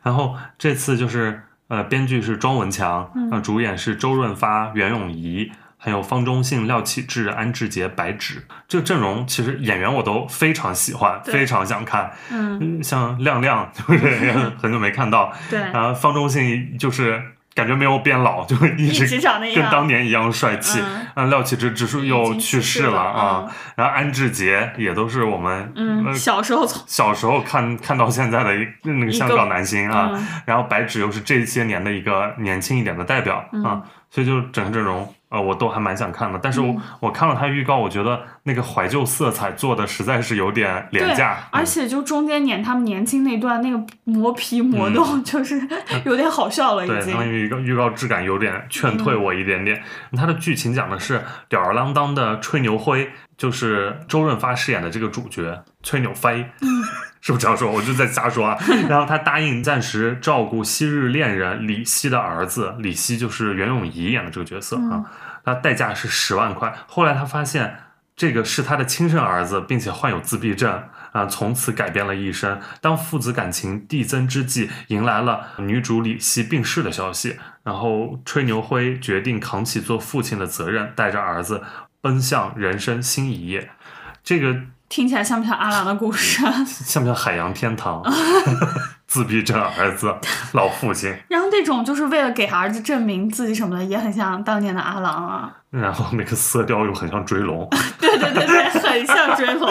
[SPEAKER 2] 然后这次就是呃，编剧是庄文强，
[SPEAKER 3] 嗯
[SPEAKER 2] 呃，主演是周润发、袁咏仪，还有方中信、廖启智、安志杰、白芷。这个阵容其实演员我都非常喜欢，
[SPEAKER 3] 对
[SPEAKER 2] 非常想看。
[SPEAKER 3] 嗯，
[SPEAKER 2] 嗯，像亮亮， 就是 很久没看到，
[SPEAKER 3] 对，
[SPEAKER 2] 然后方中信就是感觉没有变老，就一
[SPEAKER 3] 一
[SPEAKER 2] 直
[SPEAKER 3] 直长那
[SPEAKER 2] 跟当
[SPEAKER 3] 样。
[SPEAKER 2] 年一样帅气。
[SPEAKER 3] 嗯
[SPEAKER 2] 啊，廖启智只是
[SPEAKER 3] 已
[SPEAKER 2] 又
[SPEAKER 3] 经
[SPEAKER 2] 去
[SPEAKER 3] 去世
[SPEAKER 2] 世了
[SPEAKER 3] 了
[SPEAKER 2] 啊，然后安志杰也都是我们
[SPEAKER 3] 嗯，
[SPEAKER 2] 呃
[SPEAKER 3] 小时候从
[SPEAKER 2] 小时候看看到现在的一那个香港男星 啊，
[SPEAKER 3] 嗯
[SPEAKER 2] 然后白芷又是这些年的一个年轻一点的代表、啊，所以就整个阵容呃我都还蛮想看的，但是我、我看了他预告，我觉得那个怀旧色彩做的实在是有点廉
[SPEAKER 3] 对
[SPEAKER 2] 价，，
[SPEAKER 3] 而
[SPEAKER 2] 嗯
[SPEAKER 3] 且就中间演他们年轻那段，那个磨皮磨
[SPEAKER 2] 嗯
[SPEAKER 3] 动， 就是有点好笑了，
[SPEAKER 2] 对
[SPEAKER 3] 已，
[SPEAKER 2] 他们
[SPEAKER 3] 经。
[SPEAKER 2] 预告预告质感有点劝退我一点点。它的剧情讲的是吊儿郎当的吹牛辉，就是周润发饰演的这个主角吹牛飞， 是不是这样说？我就在瞎说啊。然后他答应暂时照顾昔日恋人李希的儿子，李希就是袁咏仪演的这个角色啊
[SPEAKER 3] 嗯。
[SPEAKER 2] 他代价是十万块。后来他发现这个是他的亲生儿子，并且患有自闭症。啊，从此改变了一生。当父子感情递增之际，迎来了女主李希病逝的消息。然后吹牛辉决定扛起做父亲的责任，带着儿子奔向人生新一页。这个
[SPEAKER 3] 听起来像不像阿郎的故事？啊
[SPEAKER 2] 像不像海洋天堂？ 自闭症儿子，老父亲，
[SPEAKER 3] 然后那种就是为了给儿子证明自己什么的，也很像当年的阿郎啊。
[SPEAKER 2] 然后那个色调又很像追龙。
[SPEAKER 3] 对对对对，很像追龙。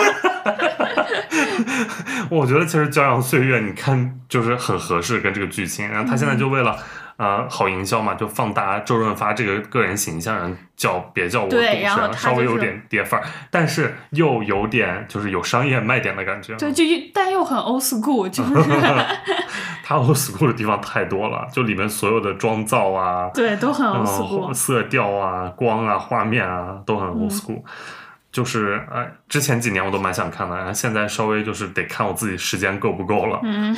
[SPEAKER 2] 我觉得其实《骄阳岁月》，你看就是很合适跟这个剧情。然后他现在就
[SPEAKER 3] 嗯
[SPEAKER 2] 为了、呃好营销嘛，就放大周润发这个个人形象，然后叫别叫我赌
[SPEAKER 3] 对
[SPEAKER 2] 神，
[SPEAKER 3] 然后他
[SPEAKER 2] 稍微
[SPEAKER 3] 就是
[SPEAKER 2] 有点跌份儿，但是又有点就是有商业卖点的感觉。 啊
[SPEAKER 3] 对，就又但又很 old school，就是，
[SPEAKER 2] 他 old school 的地方太多了，就里面所有的妆造啊
[SPEAKER 3] 对，都很 old
[SPEAKER 2] 嗯，
[SPEAKER 3] school。嗯
[SPEAKER 2] 色调啊、光啊、画面啊都很 old school。就是哎，之前几年我都蛮想看的，然后现在稍微就是得看我自己时间够不够了。
[SPEAKER 3] 嗯，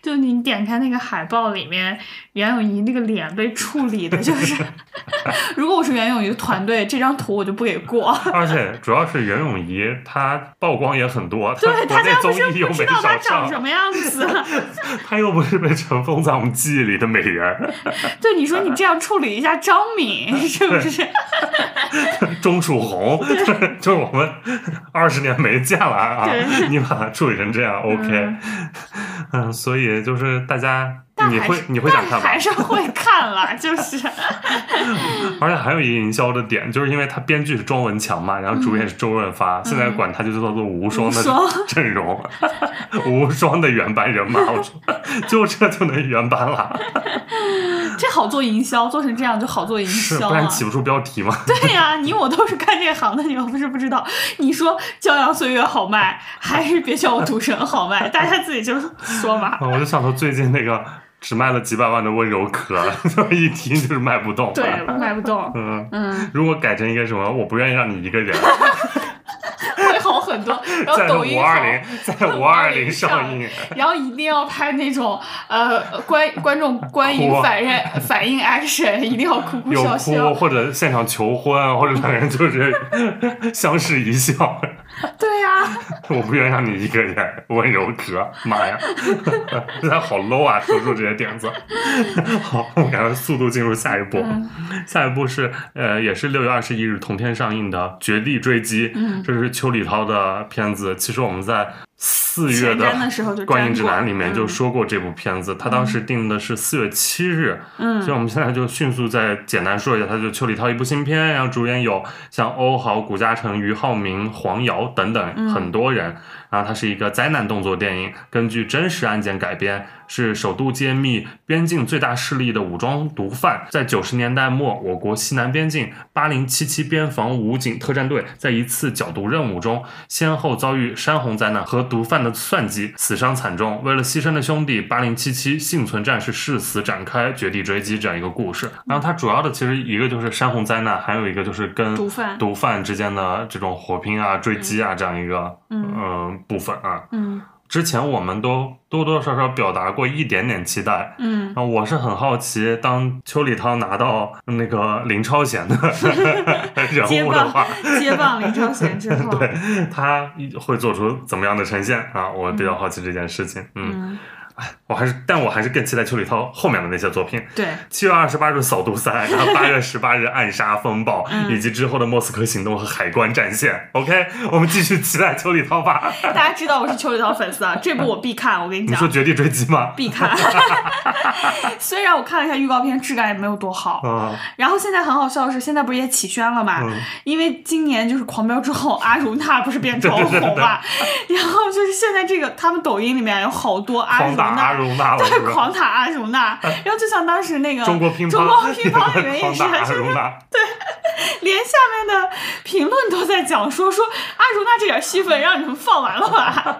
[SPEAKER 3] 就你点开那个海报里面，袁咏仪那个脸被处理的，就是， 如果我是袁咏仪的团队，这张图我就不给 过。
[SPEAKER 2] 而且主要是袁咏仪，她曝光也很多，她
[SPEAKER 3] 对，
[SPEAKER 2] 国
[SPEAKER 3] 大
[SPEAKER 2] 内
[SPEAKER 3] 家不
[SPEAKER 2] 综
[SPEAKER 3] 是
[SPEAKER 2] 艺又
[SPEAKER 3] 不
[SPEAKER 2] 没
[SPEAKER 3] 知道她
[SPEAKER 2] 少
[SPEAKER 3] 长什
[SPEAKER 2] 上，
[SPEAKER 3] 么样子。啊
[SPEAKER 2] 她又不是被尘封在我们记忆里的美人，
[SPEAKER 3] 对，你说你这样处理一下张敏，是 不是？
[SPEAKER 2] 钟楚红， 就是我们二十年没见了啊，
[SPEAKER 3] 对
[SPEAKER 2] 你把她处理成这样，OK，嗯
[SPEAKER 3] 嗯
[SPEAKER 2] 所以就是大家。
[SPEAKER 3] 但
[SPEAKER 2] 你
[SPEAKER 3] 还
[SPEAKER 2] 会
[SPEAKER 3] 是
[SPEAKER 2] 你会想看吧
[SPEAKER 3] 还？是会看啦，就是。
[SPEAKER 2] 而且还有一个营销的点，就是因为他编剧是庄文强嘛，然后主演是周润发，现在管他就叫做无双的
[SPEAKER 3] 嗯无 双
[SPEAKER 2] 阵 容，无双的原班人马，我说就这就能原班 了，
[SPEAKER 3] 这好做营销，做成这样就好做营
[SPEAKER 2] 是
[SPEAKER 3] 销
[SPEAKER 2] 不
[SPEAKER 3] 啊
[SPEAKER 2] 然！起不出标题嘛。
[SPEAKER 3] 对呀、你我都是干这行的，你们不是不知道。 你说《骄阳岁月》好卖， 还是别叫我赌神好卖？ 大家自己就说 吧。
[SPEAKER 2] 啊我就想到最近那个只卖了几百万的温柔壳， 就一听就是卖不动。
[SPEAKER 3] 对，卖不 动，
[SPEAKER 2] 嗯，
[SPEAKER 3] 嗯，
[SPEAKER 2] 如果改成一个什么，我不愿意让你一个人，
[SPEAKER 3] 会好很多。 然后
[SPEAKER 2] 在
[SPEAKER 3] 抖音
[SPEAKER 2] 五二零
[SPEAKER 3] 上，，
[SPEAKER 2] 在五二零上
[SPEAKER 3] 上
[SPEAKER 2] 映。
[SPEAKER 3] 然后一定要拍那种呃观观众观影
[SPEAKER 2] 哭啊
[SPEAKER 3] 反应反应 action，一定要哭哭
[SPEAKER 2] 有
[SPEAKER 3] 笑
[SPEAKER 2] 哭
[SPEAKER 3] 笑。
[SPEAKER 2] 或者现场求婚，或者两人就是相视一笑。
[SPEAKER 3] 对呀、
[SPEAKER 2] 我不愿意让你一个人，温柔壳，妈呀， 现在好 low 啊！说出这些点子，好，我感觉速度进入下一步。
[SPEAKER 3] 嗯
[SPEAKER 2] 下一步是呃，也是六月二十一日同天上映的《绝地追击》，
[SPEAKER 3] 嗯
[SPEAKER 2] 这是邱礼涛的片子。其实我们在四月
[SPEAKER 3] 前瞻的时候就
[SPEAKER 2] 观影
[SPEAKER 3] 沾
[SPEAKER 2] 指
[SPEAKER 3] 过
[SPEAKER 2] 南里面就
[SPEAKER 3] 嗯
[SPEAKER 2] 说过这部片子，他当时定的是四月七日，所以
[SPEAKER 3] 嗯
[SPEAKER 2] 我们现在就迅速再简单说一下，它就邱礼涛一部新片，然后主演有像欧豪、谷嘉诚、俞灏明、黄瑶等等
[SPEAKER 3] 嗯
[SPEAKER 2] 很多人。然后它是一个灾难动作电影，根据真实案件改编，是首度揭秘边境最大势力的武装毒贩在九十年代末我国西南边境八零七七边防武警特战队在一次剿毒任务中，先后遭遇山洪灾难和毒贩的算计，死伤惨重。为了牺牲的兄弟，八零七七幸存战士誓死展开绝地追击这样一个故事。然后它主要的其实一个就是山洪灾难，还有一个就是跟
[SPEAKER 3] 毒贩
[SPEAKER 2] 毒贩之间的这种火拼啊、追击啊这样一个
[SPEAKER 3] 嗯
[SPEAKER 2] 嗯、呃部分啊。
[SPEAKER 3] 嗯
[SPEAKER 2] 之前我们都多多少少表达过一点点期待，
[SPEAKER 3] 嗯，
[SPEAKER 2] 啊，我是很好奇，当邱礼涛拿到那个林超贤的
[SPEAKER 3] 接
[SPEAKER 2] 人物的
[SPEAKER 3] 棒
[SPEAKER 2] 话，
[SPEAKER 3] 接棒林超贤之后，
[SPEAKER 2] 对他会做出怎么样的呈现啊？我比较好奇这件事情。嗯，
[SPEAKER 3] 嗯，
[SPEAKER 2] 我还是，但我还是更期待邱礼涛后面的那些作品。
[SPEAKER 3] 对，
[SPEAKER 2] 七月二十八日扫毒赛，然后八月十八日暗杀风暴，
[SPEAKER 3] 嗯
[SPEAKER 2] 以及之后的莫斯科行动和海关战线。OK，我们继续期待邱礼涛吧。
[SPEAKER 3] 大家知道我是邱礼涛粉丝 啊，这部我必看，我跟你
[SPEAKER 2] 你
[SPEAKER 3] 讲
[SPEAKER 2] 说，绝地追击吗？
[SPEAKER 3] 必看。 虽然我看了一下预告片，质感也没有多好，
[SPEAKER 2] 啊，
[SPEAKER 3] 然后现在很好笑的是，现在不是也起宣了嘛？
[SPEAKER 2] 嗯
[SPEAKER 3] 因为今年就是《狂飙》之后，阿如那不是变超红嘛？ 然后就是现在这个，他们抖音里面有好多阿如
[SPEAKER 2] 狂打阿
[SPEAKER 3] 那。
[SPEAKER 2] 如那了，
[SPEAKER 3] 对
[SPEAKER 2] 是，不是？
[SPEAKER 3] 狂打阿 如那，然后就像当时那个
[SPEAKER 2] 中国乒乓，
[SPEAKER 3] 中国 乒乓里面也
[SPEAKER 2] 狂
[SPEAKER 3] 是，
[SPEAKER 2] 打阿
[SPEAKER 3] 是
[SPEAKER 2] 如那。
[SPEAKER 3] 连下面的评论都在讲说说阿如那这点戏份让你们放完了吧。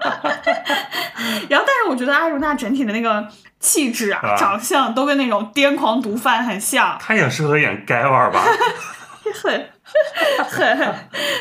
[SPEAKER 3] 然后，但是我觉得阿如那整体的那个气质啊、
[SPEAKER 2] 啊
[SPEAKER 3] 长相都跟那种癫狂毒贩很像，
[SPEAKER 2] 他也适合演该腕儿吧？
[SPEAKER 3] 很很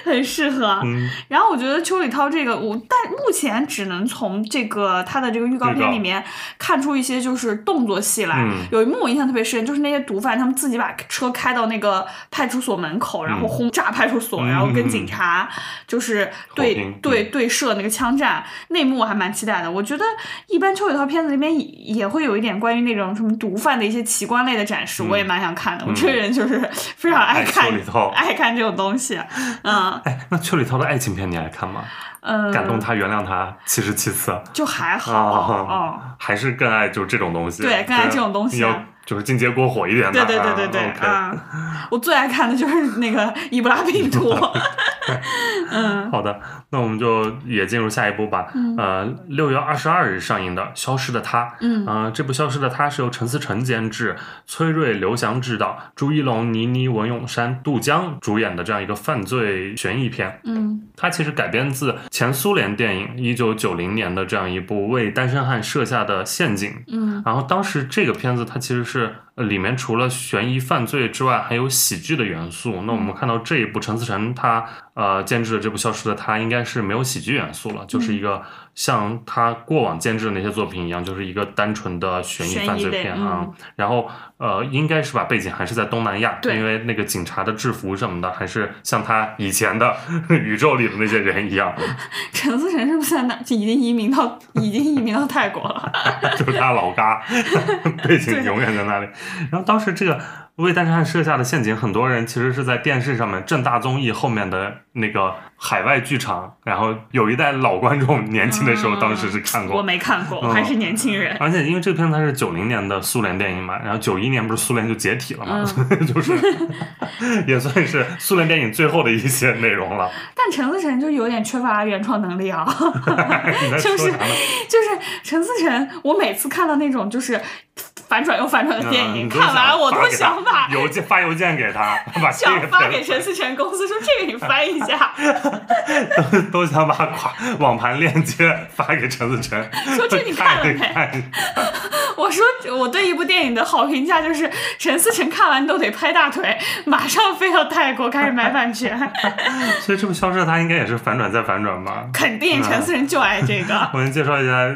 [SPEAKER 3] 很适合。
[SPEAKER 2] 嗯，
[SPEAKER 3] 然后我觉得邱礼涛这个，我但目前只能从这个他的这个预告
[SPEAKER 2] 预告
[SPEAKER 3] 片里面看出一些就是动作戏来。
[SPEAKER 2] 嗯
[SPEAKER 3] 有一幕我印象特别深，就是那些毒贩他们自己把车开到那个派出所门口，然后
[SPEAKER 2] 嗯
[SPEAKER 3] 轰炸派出所，
[SPEAKER 2] 嗯
[SPEAKER 3] 然后跟警察就是
[SPEAKER 2] 火
[SPEAKER 3] 对
[SPEAKER 2] 拼
[SPEAKER 3] 对
[SPEAKER 2] 嗯
[SPEAKER 3] 对射那个枪战，那一幕我还蛮期待的。我觉得一般邱礼涛片子里面也也会有一点关于那种什么毒贩的一些奇观类的展
[SPEAKER 2] 嗯
[SPEAKER 3] 示，我也蛮想看的。我这个人就是非常 爱
[SPEAKER 2] 爱
[SPEAKER 3] 看
[SPEAKER 2] 邱礼涛
[SPEAKER 3] 爱看这种东西，嗯
[SPEAKER 2] 哎，那邱礼涛的爱情片你爱看吗？
[SPEAKER 3] 嗯，
[SPEAKER 2] 感动他，原谅他，七十七次，
[SPEAKER 3] 就还好，
[SPEAKER 2] 啊
[SPEAKER 3] 哦，
[SPEAKER 2] 还是更爱就是这种东西。
[SPEAKER 3] 对更爱这种东西啊
[SPEAKER 2] 要就是进阶过火一点的
[SPEAKER 3] 嗯对
[SPEAKER 2] 啊。
[SPEAKER 3] 对对对对
[SPEAKER 2] OK，、
[SPEAKER 3] 啊！我最爱看的就是那个《伊布拉病毒》， 嗯
[SPEAKER 2] 好的，那我们就也进入下一步吧。
[SPEAKER 3] 嗯
[SPEAKER 2] 呃，六月二十二日上映的《消失的她》。
[SPEAKER 3] 嗯
[SPEAKER 2] 呃，这部《消失的她》是由陈思诚监制，崔瑞、刘翔执导，朱一龙、倪妮、文咏珊、杜江主演的这样一个犯罪悬疑片。
[SPEAKER 3] 嗯
[SPEAKER 2] 它其实改编自前苏联电影一九九零年的这样一部为单身汉设下的陷阱。
[SPEAKER 3] 嗯
[SPEAKER 2] 然后当时这个片子它其实是呃里面除了悬疑犯罪之外，还有喜剧的元素。那我们看到这一部陈思诚他呃监制的这部《消失的她》应该是没有喜剧元素
[SPEAKER 3] 嗯
[SPEAKER 2] 了，就是一个像他过往监制的那些作品一样，就是一个单纯的悬疑
[SPEAKER 3] 悬疑
[SPEAKER 2] 犯罪
[SPEAKER 3] 类
[SPEAKER 2] 片啊。
[SPEAKER 3] 嗯
[SPEAKER 2] 然后呃，应该是把背景还是在东南亚，
[SPEAKER 3] 对
[SPEAKER 2] 因为那个警察的制服什么的，还是像他以前的 宇宙里的那些人一样，
[SPEAKER 3] 陈思诚是不是在哪？就已经移民到已经移民到泰国了？
[SPEAKER 2] 就是他老嘎， 背景
[SPEAKER 3] 对
[SPEAKER 2] 永远在那里。然后当时这个为单身汉设下的陷阱，很多人其实是在电视上面正大综艺后面的那个海外剧场，然后有一代老观众年轻的时候，
[SPEAKER 3] 嗯
[SPEAKER 2] 当时是看过。
[SPEAKER 3] 我没看过，
[SPEAKER 2] 嗯
[SPEAKER 3] 我还是年 轻人。
[SPEAKER 2] 而且因为这个片子它是九零年的苏联电影嘛，然后九一年不是苏联就解体了嘛，
[SPEAKER 3] 嗯
[SPEAKER 2] 所以 就是也算是苏联电影最后的一些内容了。
[SPEAKER 3] 但陈思诚就有点缺乏原创能力啊，
[SPEAKER 2] 你在说
[SPEAKER 3] 就是
[SPEAKER 2] 啥呢？
[SPEAKER 3] 就是陈思诚，我每次看到那种就是反转又反转的电影，
[SPEAKER 2] 嗯
[SPEAKER 3] 看完我都想把
[SPEAKER 2] 邮件发邮件给他，把这个
[SPEAKER 3] 想发给
[SPEAKER 2] 片子
[SPEAKER 3] 陈思诚公司说这个你翻译一下。
[SPEAKER 2] 都想把垮网盘链接发给陈思诚，
[SPEAKER 3] 说 这你看了没
[SPEAKER 2] 看
[SPEAKER 3] 我说我对一部电影的好评价就是陈思诚看完都得拍大腿， 马上飞到泰国开始买版 权，
[SPEAKER 2] 所以这部《消失的她》应该也是反转再反转吧。
[SPEAKER 3] 肯定陈思诚就爱这个。
[SPEAKER 2] 我先介绍一下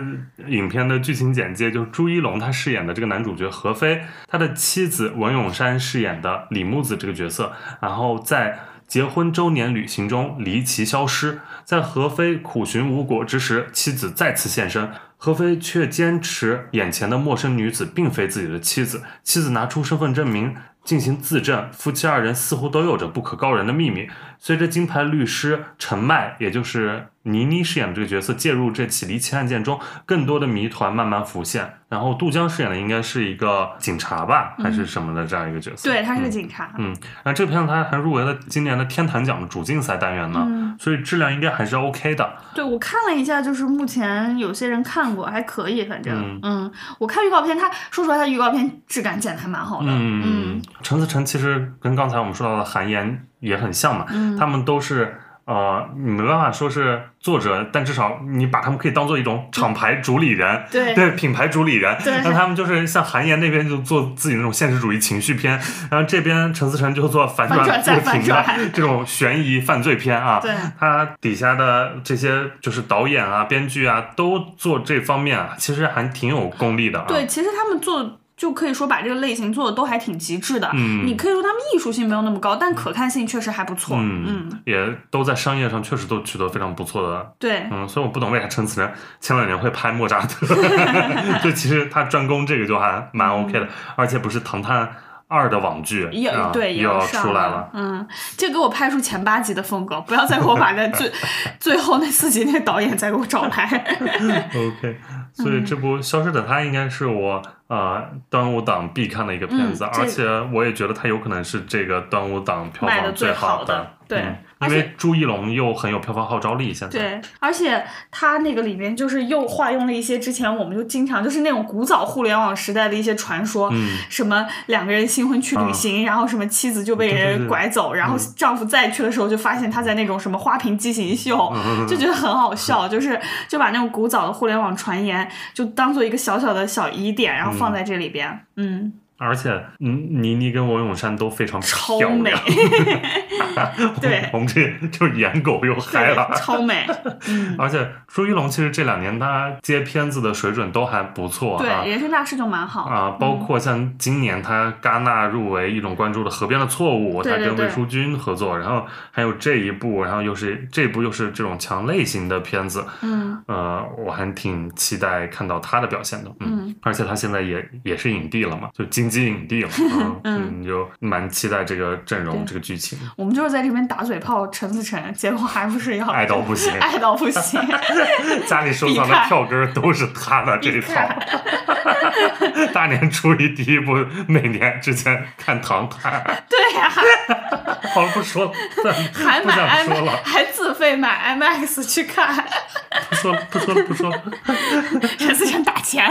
[SPEAKER 2] 影片的剧情简介，就是朱一龙他饰演的这个男主角何飞，他的妻子文咏珊饰演的李木子这个角色，然后在结婚周年旅行中离奇消失，在何飞苦寻无果之时，妻子再次现身。何飞却坚持眼前的陌生女子并非自己的妻子，妻子拿出身份证明进行自证，夫妻二人似乎都有着不可告人的秘密。随着金牌律师陈麦，也就是倪妮饰演的这个角色介入这起离奇案件中，更多的谜团慢慢浮现。然后杜江饰演的应该是一个警察吧，还是什么的这样一个角色？
[SPEAKER 3] 对，他是个
[SPEAKER 2] 嗯
[SPEAKER 3] 警察。
[SPEAKER 2] 嗯，那这片子它还入围了今年的天坛奖的主竞赛单元呢，
[SPEAKER 3] 嗯
[SPEAKER 2] 所以质量应该还是 OK 的。
[SPEAKER 3] 对，我看了一下，就是目前有些人看过，还可以，反正
[SPEAKER 2] 嗯
[SPEAKER 3] 嗯我看预告片，他说实话，他预告片质感剪的还蛮好的。
[SPEAKER 2] 嗯嗯，陈思诚其实跟刚才我们说到的韩延也很像嘛，
[SPEAKER 3] 嗯
[SPEAKER 2] 他们都是。呃，你没办法说是作者，但至少你把他们可以当做一种厂牌主理人，
[SPEAKER 3] 对
[SPEAKER 2] 对，品牌主理人，
[SPEAKER 3] 对
[SPEAKER 2] 那他们就是像韩延那边就做自己那种现实主义情绪片，然后这边陈思诚就做反转
[SPEAKER 3] 反转再
[SPEAKER 2] 不停的
[SPEAKER 3] 反转
[SPEAKER 2] 这种悬疑犯罪片啊，
[SPEAKER 3] 对
[SPEAKER 2] 他底下的这些就是导演啊、编剧啊，都做这方面啊，其实还挺有功力的啊。
[SPEAKER 3] 对，其实他们做就可以说把这个类型做的都还挺极致的。
[SPEAKER 2] 嗯
[SPEAKER 3] 你可以说他们艺术性没有那么高，但可看性确实还不错。嗯，
[SPEAKER 2] 嗯，也都在商业上确实都取得非常不错的，
[SPEAKER 3] 对，
[SPEAKER 2] 嗯，所以我不懂为啥陈思诚前两年会拍莫扎 特， 就其实他专攻这个就还蛮
[SPEAKER 3] 嗯
[SPEAKER 2] OK 的，而且不是《唐探二》的网剧
[SPEAKER 3] 也
[SPEAKER 2] 啊
[SPEAKER 3] 对，也
[SPEAKER 2] 又要
[SPEAKER 3] 上
[SPEAKER 2] 出来了，
[SPEAKER 3] 嗯，就给我拍出前八集的风格，不要再给我把那 最最后那四集那导演再给我找来。
[SPEAKER 2] OK，所以这部《消失的她》应该是我呃端午档必看的一个片子，
[SPEAKER 3] 嗯
[SPEAKER 2] 而且我也觉得它有可能是这个端午档票
[SPEAKER 3] 卖
[SPEAKER 2] 房
[SPEAKER 3] 得最
[SPEAKER 2] 好
[SPEAKER 3] 好的对
[SPEAKER 2] 嗯
[SPEAKER 3] 而
[SPEAKER 2] 因
[SPEAKER 3] 且
[SPEAKER 2] 为朱一龙又很有票房号召力，现在
[SPEAKER 3] 对，而且它那个里面就是又化用了一些之前我们就经常就是那种古早互联网时代的一些传说，
[SPEAKER 2] 嗯啊
[SPEAKER 3] 什么两个人新婚去旅行，然后什么妻子就被
[SPEAKER 2] 对对对嗯
[SPEAKER 3] 人拐走，然后丈夫再去的时候就发现他在那种什么花瓶畸形
[SPEAKER 2] 嗯
[SPEAKER 3] 秀，就觉得很好笑，就是就把那种古早的互联网传言就当做一个小小的小疑点，然后放在这里边，嗯，
[SPEAKER 2] 而且嗯，倪妮跟王咏珊都非常
[SPEAKER 3] 超
[SPEAKER 2] 漂亮
[SPEAKER 3] 美，对
[SPEAKER 2] 我们这就是颜狗又嗨了
[SPEAKER 3] 对，。超美，嗯，
[SPEAKER 2] 而且朱一龙其实这两年他接片子的水准都还不错
[SPEAKER 3] 对，
[SPEAKER 2] 啊，
[SPEAKER 3] 人生大事就蛮好，
[SPEAKER 2] 啊，包括像今年他戛纳入围一种关注的《河边的错误》，
[SPEAKER 3] 对
[SPEAKER 2] 他
[SPEAKER 3] 对
[SPEAKER 2] 跟魏
[SPEAKER 3] 对
[SPEAKER 2] 淑君合作，然后还有这一部，然后又是这部又是这种强类型的片子，
[SPEAKER 3] 嗯，
[SPEAKER 2] 呃，我还挺期待看到他的表现的，
[SPEAKER 3] 嗯
[SPEAKER 2] 而且他现在也也是影帝了嘛，就金鸡影 帝了，嗯，就蛮期待这个阵容
[SPEAKER 3] 对
[SPEAKER 2] 这个剧情，
[SPEAKER 3] 我们就是在这边打嘴炮陈思诚，结果还不是要
[SPEAKER 2] 爱到不行
[SPEAKER 3] 爱到不行，
[SPEAKER 2] 家里收藏的票根儿都是他的这一套。 大年初一第一部，每年之前看《唐探》。
[SPEAKER 3] 对呀、
[SPEAKER 2] 好了，不说了，不
[SPEAKER 3] 还
[SPEAKER 2] 不想
[SPEAKER 3] 买
[SPEAKER 2] 说
[SPEAKER 3] IMAX，
[SPEAKER 2] 了，
[SPEAKER 3] 还自费买 IMAX 去看，
[SPEAKER 2] 不说了，不说了，不说了。
[SPEAKER 3] 陈思诚打钱。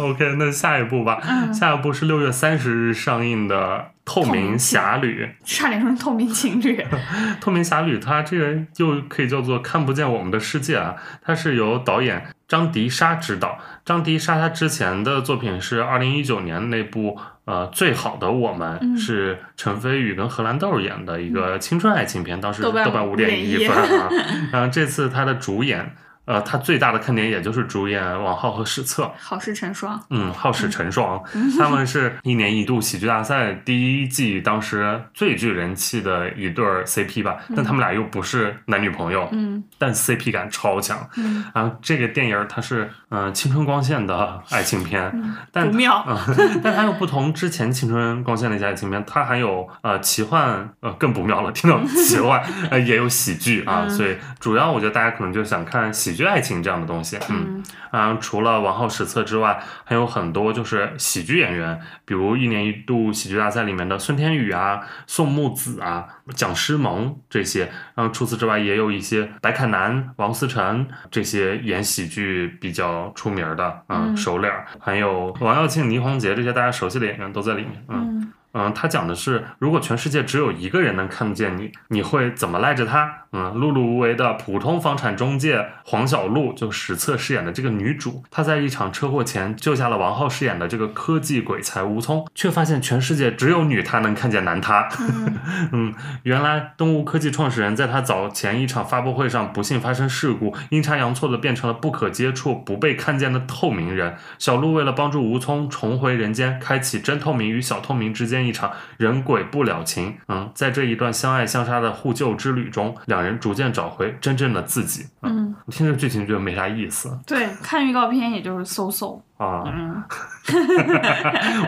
[SPEAKER 2] OK，那下一部吧，下一部是六月三十日上映的。嗯透明侠侣，
[SPEAKER 3] 差点说成透明情侣，
[SPEAKER 2] 透明侠侣，它这个又可以叫做看不见我们的世界啊。它是由导演张迪莎执导，张迪莎她之前的作品是二零一九年那部呃最好的我们，
[SPEAKER 3] 嗯
[SPEAKER 2] 是陈飞宇跟荷兰豆演的一个青春爱情片，当时
[SPEAKER 3] 豆瓣
[SPEAKER 2] 豆瓣五点一
[SPEAKER 3] 5.1
[SPEAKER 2] 分啊。然后这次他的主演，呃，他最大的看点也就是主演王浩和史策，
[SPEAKER 3] 好事成双。
[SPEAKER 2] 嗯，好史成双，
[SPEAKER 3] 嗯
[SPEAKER 2] 他们是一年一度喜剧大赛第一季当时最具人气的一对儿 CP 吧，但他们俩又不是男女朋友，
[SPEAKER 3] 嗯
[SPEAKER 2] 但 CP 感超强。
[SPEAKER 3] 嗯，
[SPEAKER 2] 然后这个电影儿它是嗯、呃青春光线的爱情片，但
[SPEAKER 3] 不妙
[SPEAKER 2] 嗯 但它又不同之前青春光线那些爱情片，它还有呃奇幻，呃更不妙了，听到 奇幻呃也有喜剧啊，
[SPEAKER 3] 嗯
[SPEAKER 2] 所以主要我觉得大家可能就想看喜剧爱情这样的东西，嗯。
[SPEAKER 3] 嗯
[SPEAKER 2] 啊，除了王浩史册之外，还有很多就是喜剧演员，比如一年一度喜剧大赛里面的孙天宇啊、宋木子啊、蒋诗萌这些。然后除此之外，也有一些白凯南、王思辰这些演喜剧比较出名的啊、
[SPEAKER 3] 嗯
[SPEAKER 2] 熟脸儿，还有王耀庆、倪虹洁这些大家熟悉的演员都在里面。嗯
[SPEAKER 3] 嗯，
[SPEAKER 2] 嗯，他讲的是，如果全世界只有一个人能看见你，你会怎么赖着他？嗯，碌碌无为的普通房产中介黄小璐就史策饰演的这个女主，她在一场车祸前救下了王浩饰演的这个科技鬼才吴聪，却发现全世界只有女她能看见男她。 嗯，原来东吴科技创始人在他早前一场发布会上不幸发生事故，阴差阳错的变成了不可接触、不被看见的透明人。小鹿为了帮助吴聪重回人间，开启真透明与小透明之间一场人鬼不了情。嗯，在这一段相爱相杀的互救之旅中，两人逐渐找回真正的自己。
[SPEAKER 3] 嗯，
[SPEAKER 2] 我听这剧情觉得没啥意思
[SPEAKER 3] 对，看预告片也就是 so so。
[SPEAKER 2] 啊。
[SPEAKER 3] 嗯，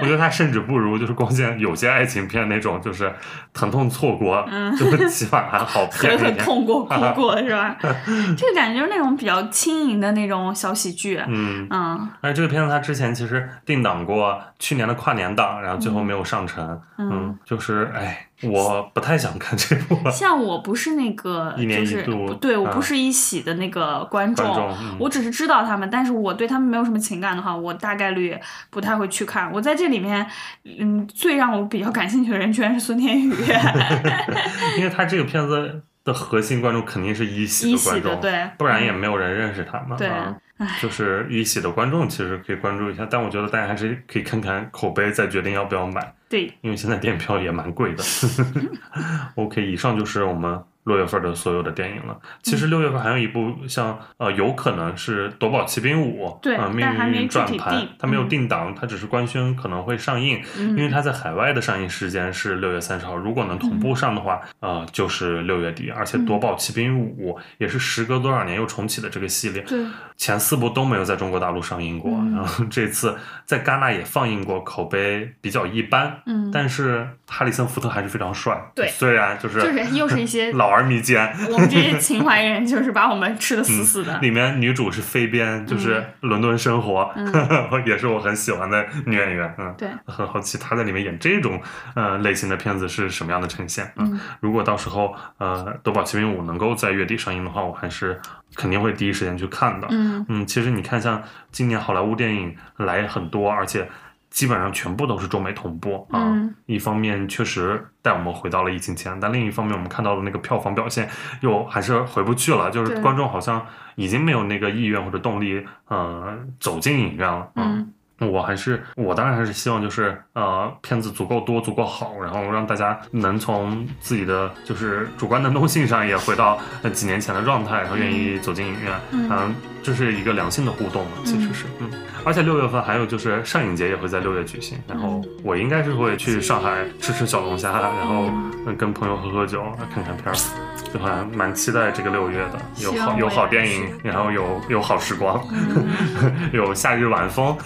[SPEAKER 2] 我觉得它甚至不如就是光线有些爱情片那种，就是疼痛错过，就是起码还好
[SPEAKER 3] 狠
[SPEAKER 2] 骗一
[SPEAKER 3] 狠
[SPEAKER 2] 点。
[SPEAKER 3] 嗯痛过哭过 是吧？这个感觉就是那种比较轻盈的那种小喜剧。
[SPEAKER 2] 嗯，
[SPEAKER 3] 嗯
[SPEAKER 2] 而这个片子它之前其实定档过去年的跨年档，然后最后没有上成。
[SPEAKER 3] 嗯
[SPEAKER 2] 就是哎，我不太想看这部了。
[SPEAKER 3] 像我不是那个，
[SPEAKER 2] 一年
[SPEAKER 3] 就
[SPEAKER 2] 一
[SPEAKER 3] 是
[SPEAKER 2] 度
[SPEAKER 3] 不对我
[SPEAKER 2] 啊
[SPEAKER 3] 不是一喜的那个观众，
[SPEAKER 2] 观众嗯
[SPEAKER 3] 我只是知道他们，但是我对他们没有什么情感的话，我大概率不太会去看。我在这里面，嗯，最让我比较感兴趣的人居然是孙 天宇，
[SPEAKER 2] 因为他这个片子的核心观众肯定是一喜
[SPEAKER 3] 一
[SPEAKER 2] 的
[SPEAKER 3] 喜
[SPEAKER 2] 观
[SPEAKER 3] 的
[SPEAKER 2] 众，
[SPEAKER 3] 对嗯
[SPEAKER 2] 不然也没有人认识他们。
[SPEAKER 3] 对
[SPEAKER 2] 啊 就是一喜的观众其实可以关注一下，但我觉得大家还是可以看看口碑，再决定要不要买，
[SPEAKER 3] 对，
[SPEAKER 2] 因为现在电影票也蛮贵 的。OK，以上就是我们六月份的所有的电影了。其
[SPEAKER 3] 嗯
[SPEAKER 2] 实六月份还有一部像呃，有可能是《夺宝奇兵五》
[SPEAKER 3] 对
[SPEAKER 2] 呃，命
[SPEAKER 3] 但还没
[SPEAKER 2] 运
[SPEAKER 3] 具
[SPEAKER 2] 转
[SPEAKER 3] 体
[SPEAKER 2] 盘
[SPEAKER 3] 定，
[SPEAKER 2] 它没有
[SPEAKER 3] 嗯
[SPEAKER 2] 定档，它只是官宣可能会上映，因为
[SPEAKER 3] 嗯，
[SPEAKER 2] 它在海外的上映时间是六月三十号，如果能同步上的话，呃，就是六月底。而且《
[SPEAKER 3] 嗯
[SPEAKER 2] 夺宝奇兵五》也是时隔多少年又重启的这个系列，
[SPEAKER 3] 对，
[SPEAKER 2] 前四部都没有在中国大陆上映过，
[SPEAKER 3] 嗯
[SPEAKER 2] 然后这次在戛纳也放映过，口碑比较一般。
[SPEAKER 3] 嗯，
[SPEAKER 2] 但是哈里森福特还是非常帅，
[SPEAKER 3] 对
[SPEAKER 2] 虽然就是
[SPEAKER 3] 就是又是一些
[SPEAKER 2] 老而弥坚。
[SPEAKER 3] 我们这些情怀人，就是把我们吃的死死的。嗯
[SPEAKER 2] 里面女主是飞边，就是伦敦生活， 也是我很喜欢的女演员。嗯，
[SPEAKER 3] 对，
[SPEAKER 2] 很好奇她在里面演这种呃类型的片子是什么样的呈现。嗯，如果到时候呃《夺宝奇兵五》能够在月底上映的话，我还是肯定会第一时间去看的。
[SPEAKER 3] 嗯，
[SPEAKER 2] 嗯，其实你看，像今年好莱坞电影来很多，而且基本上全部都是中美同步啊。
[SPEAKER 3] 嗯
[SPEAKER 2] 一方面确实带我们回到了疫情前，但另一方面我们看到了那个票房表现又还是回不去了，就是
[SPEAKER 3] 对
[SPEAKER 2] 观众好像已经没有那个意愿或者动力，呃，走进影院了。
[SPEAKER 3] 嗯
[SPEAKER 2] 我还是我当然还是希望就是呃片子足够多足够好，然后让大家能从自己的就是主观能动性上也回到呃几年前的状态，然后愿意走进影院，
[SPEAKER 3] 嗯
[SPEAKER 2] 这是一个良性的互动嘛，其实是嗯。而且六月份还有就是上影节也会在六月举行，然
[SPEAKER 3] 嗯
[SPEAKER 2] 后我应该是会去上海吃吃小龙虾，
[SPEAKER 3] 哦
[SPEAKER 2] 然后嗯跟朋友喝喝酒，看看片儿，就还蛮期待这个六月的，有
[SPEAKER 3] 希望
[SPEAKER 2] 好
[SPEAKER 3] 我
[SPEAKER 2] 有好
[SPEAKER 3] 也
[SPEAKER 2] 电影，然后有有好时光，
[SPEAKER 3] 嗯
[SPEAKER 2] 有夏日晚风。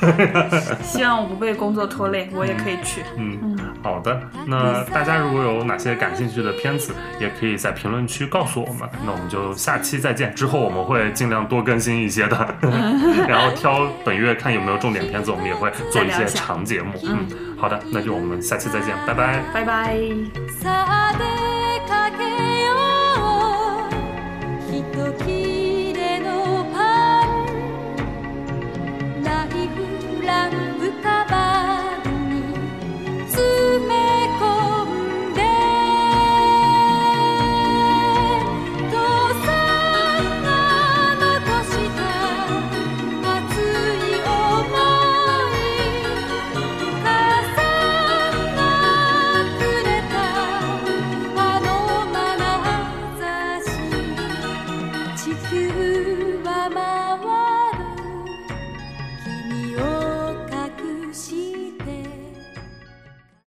[SPEAKER 3] 希望我不被工作拖累，我也可以去。
[SPEAKER 2] 嗯，好的。那大家如果有哪些感兴趣的片子，也可以在评论区告诉我们。那我们就下期再见。之后我们会尽量多更新一些的， 然后挑本月看有没有重点片子，我们也会做一
[SPEAKER 3] 再聊
[SPEAKER 2] 些
[SPEAKER 3] 一下
[SPEAKER 2] 长节目。嗯，好的，那就我们下期再见，拜拜。
[SPEAKER 3] 拜拜。
[SPEAKER 1] Sabe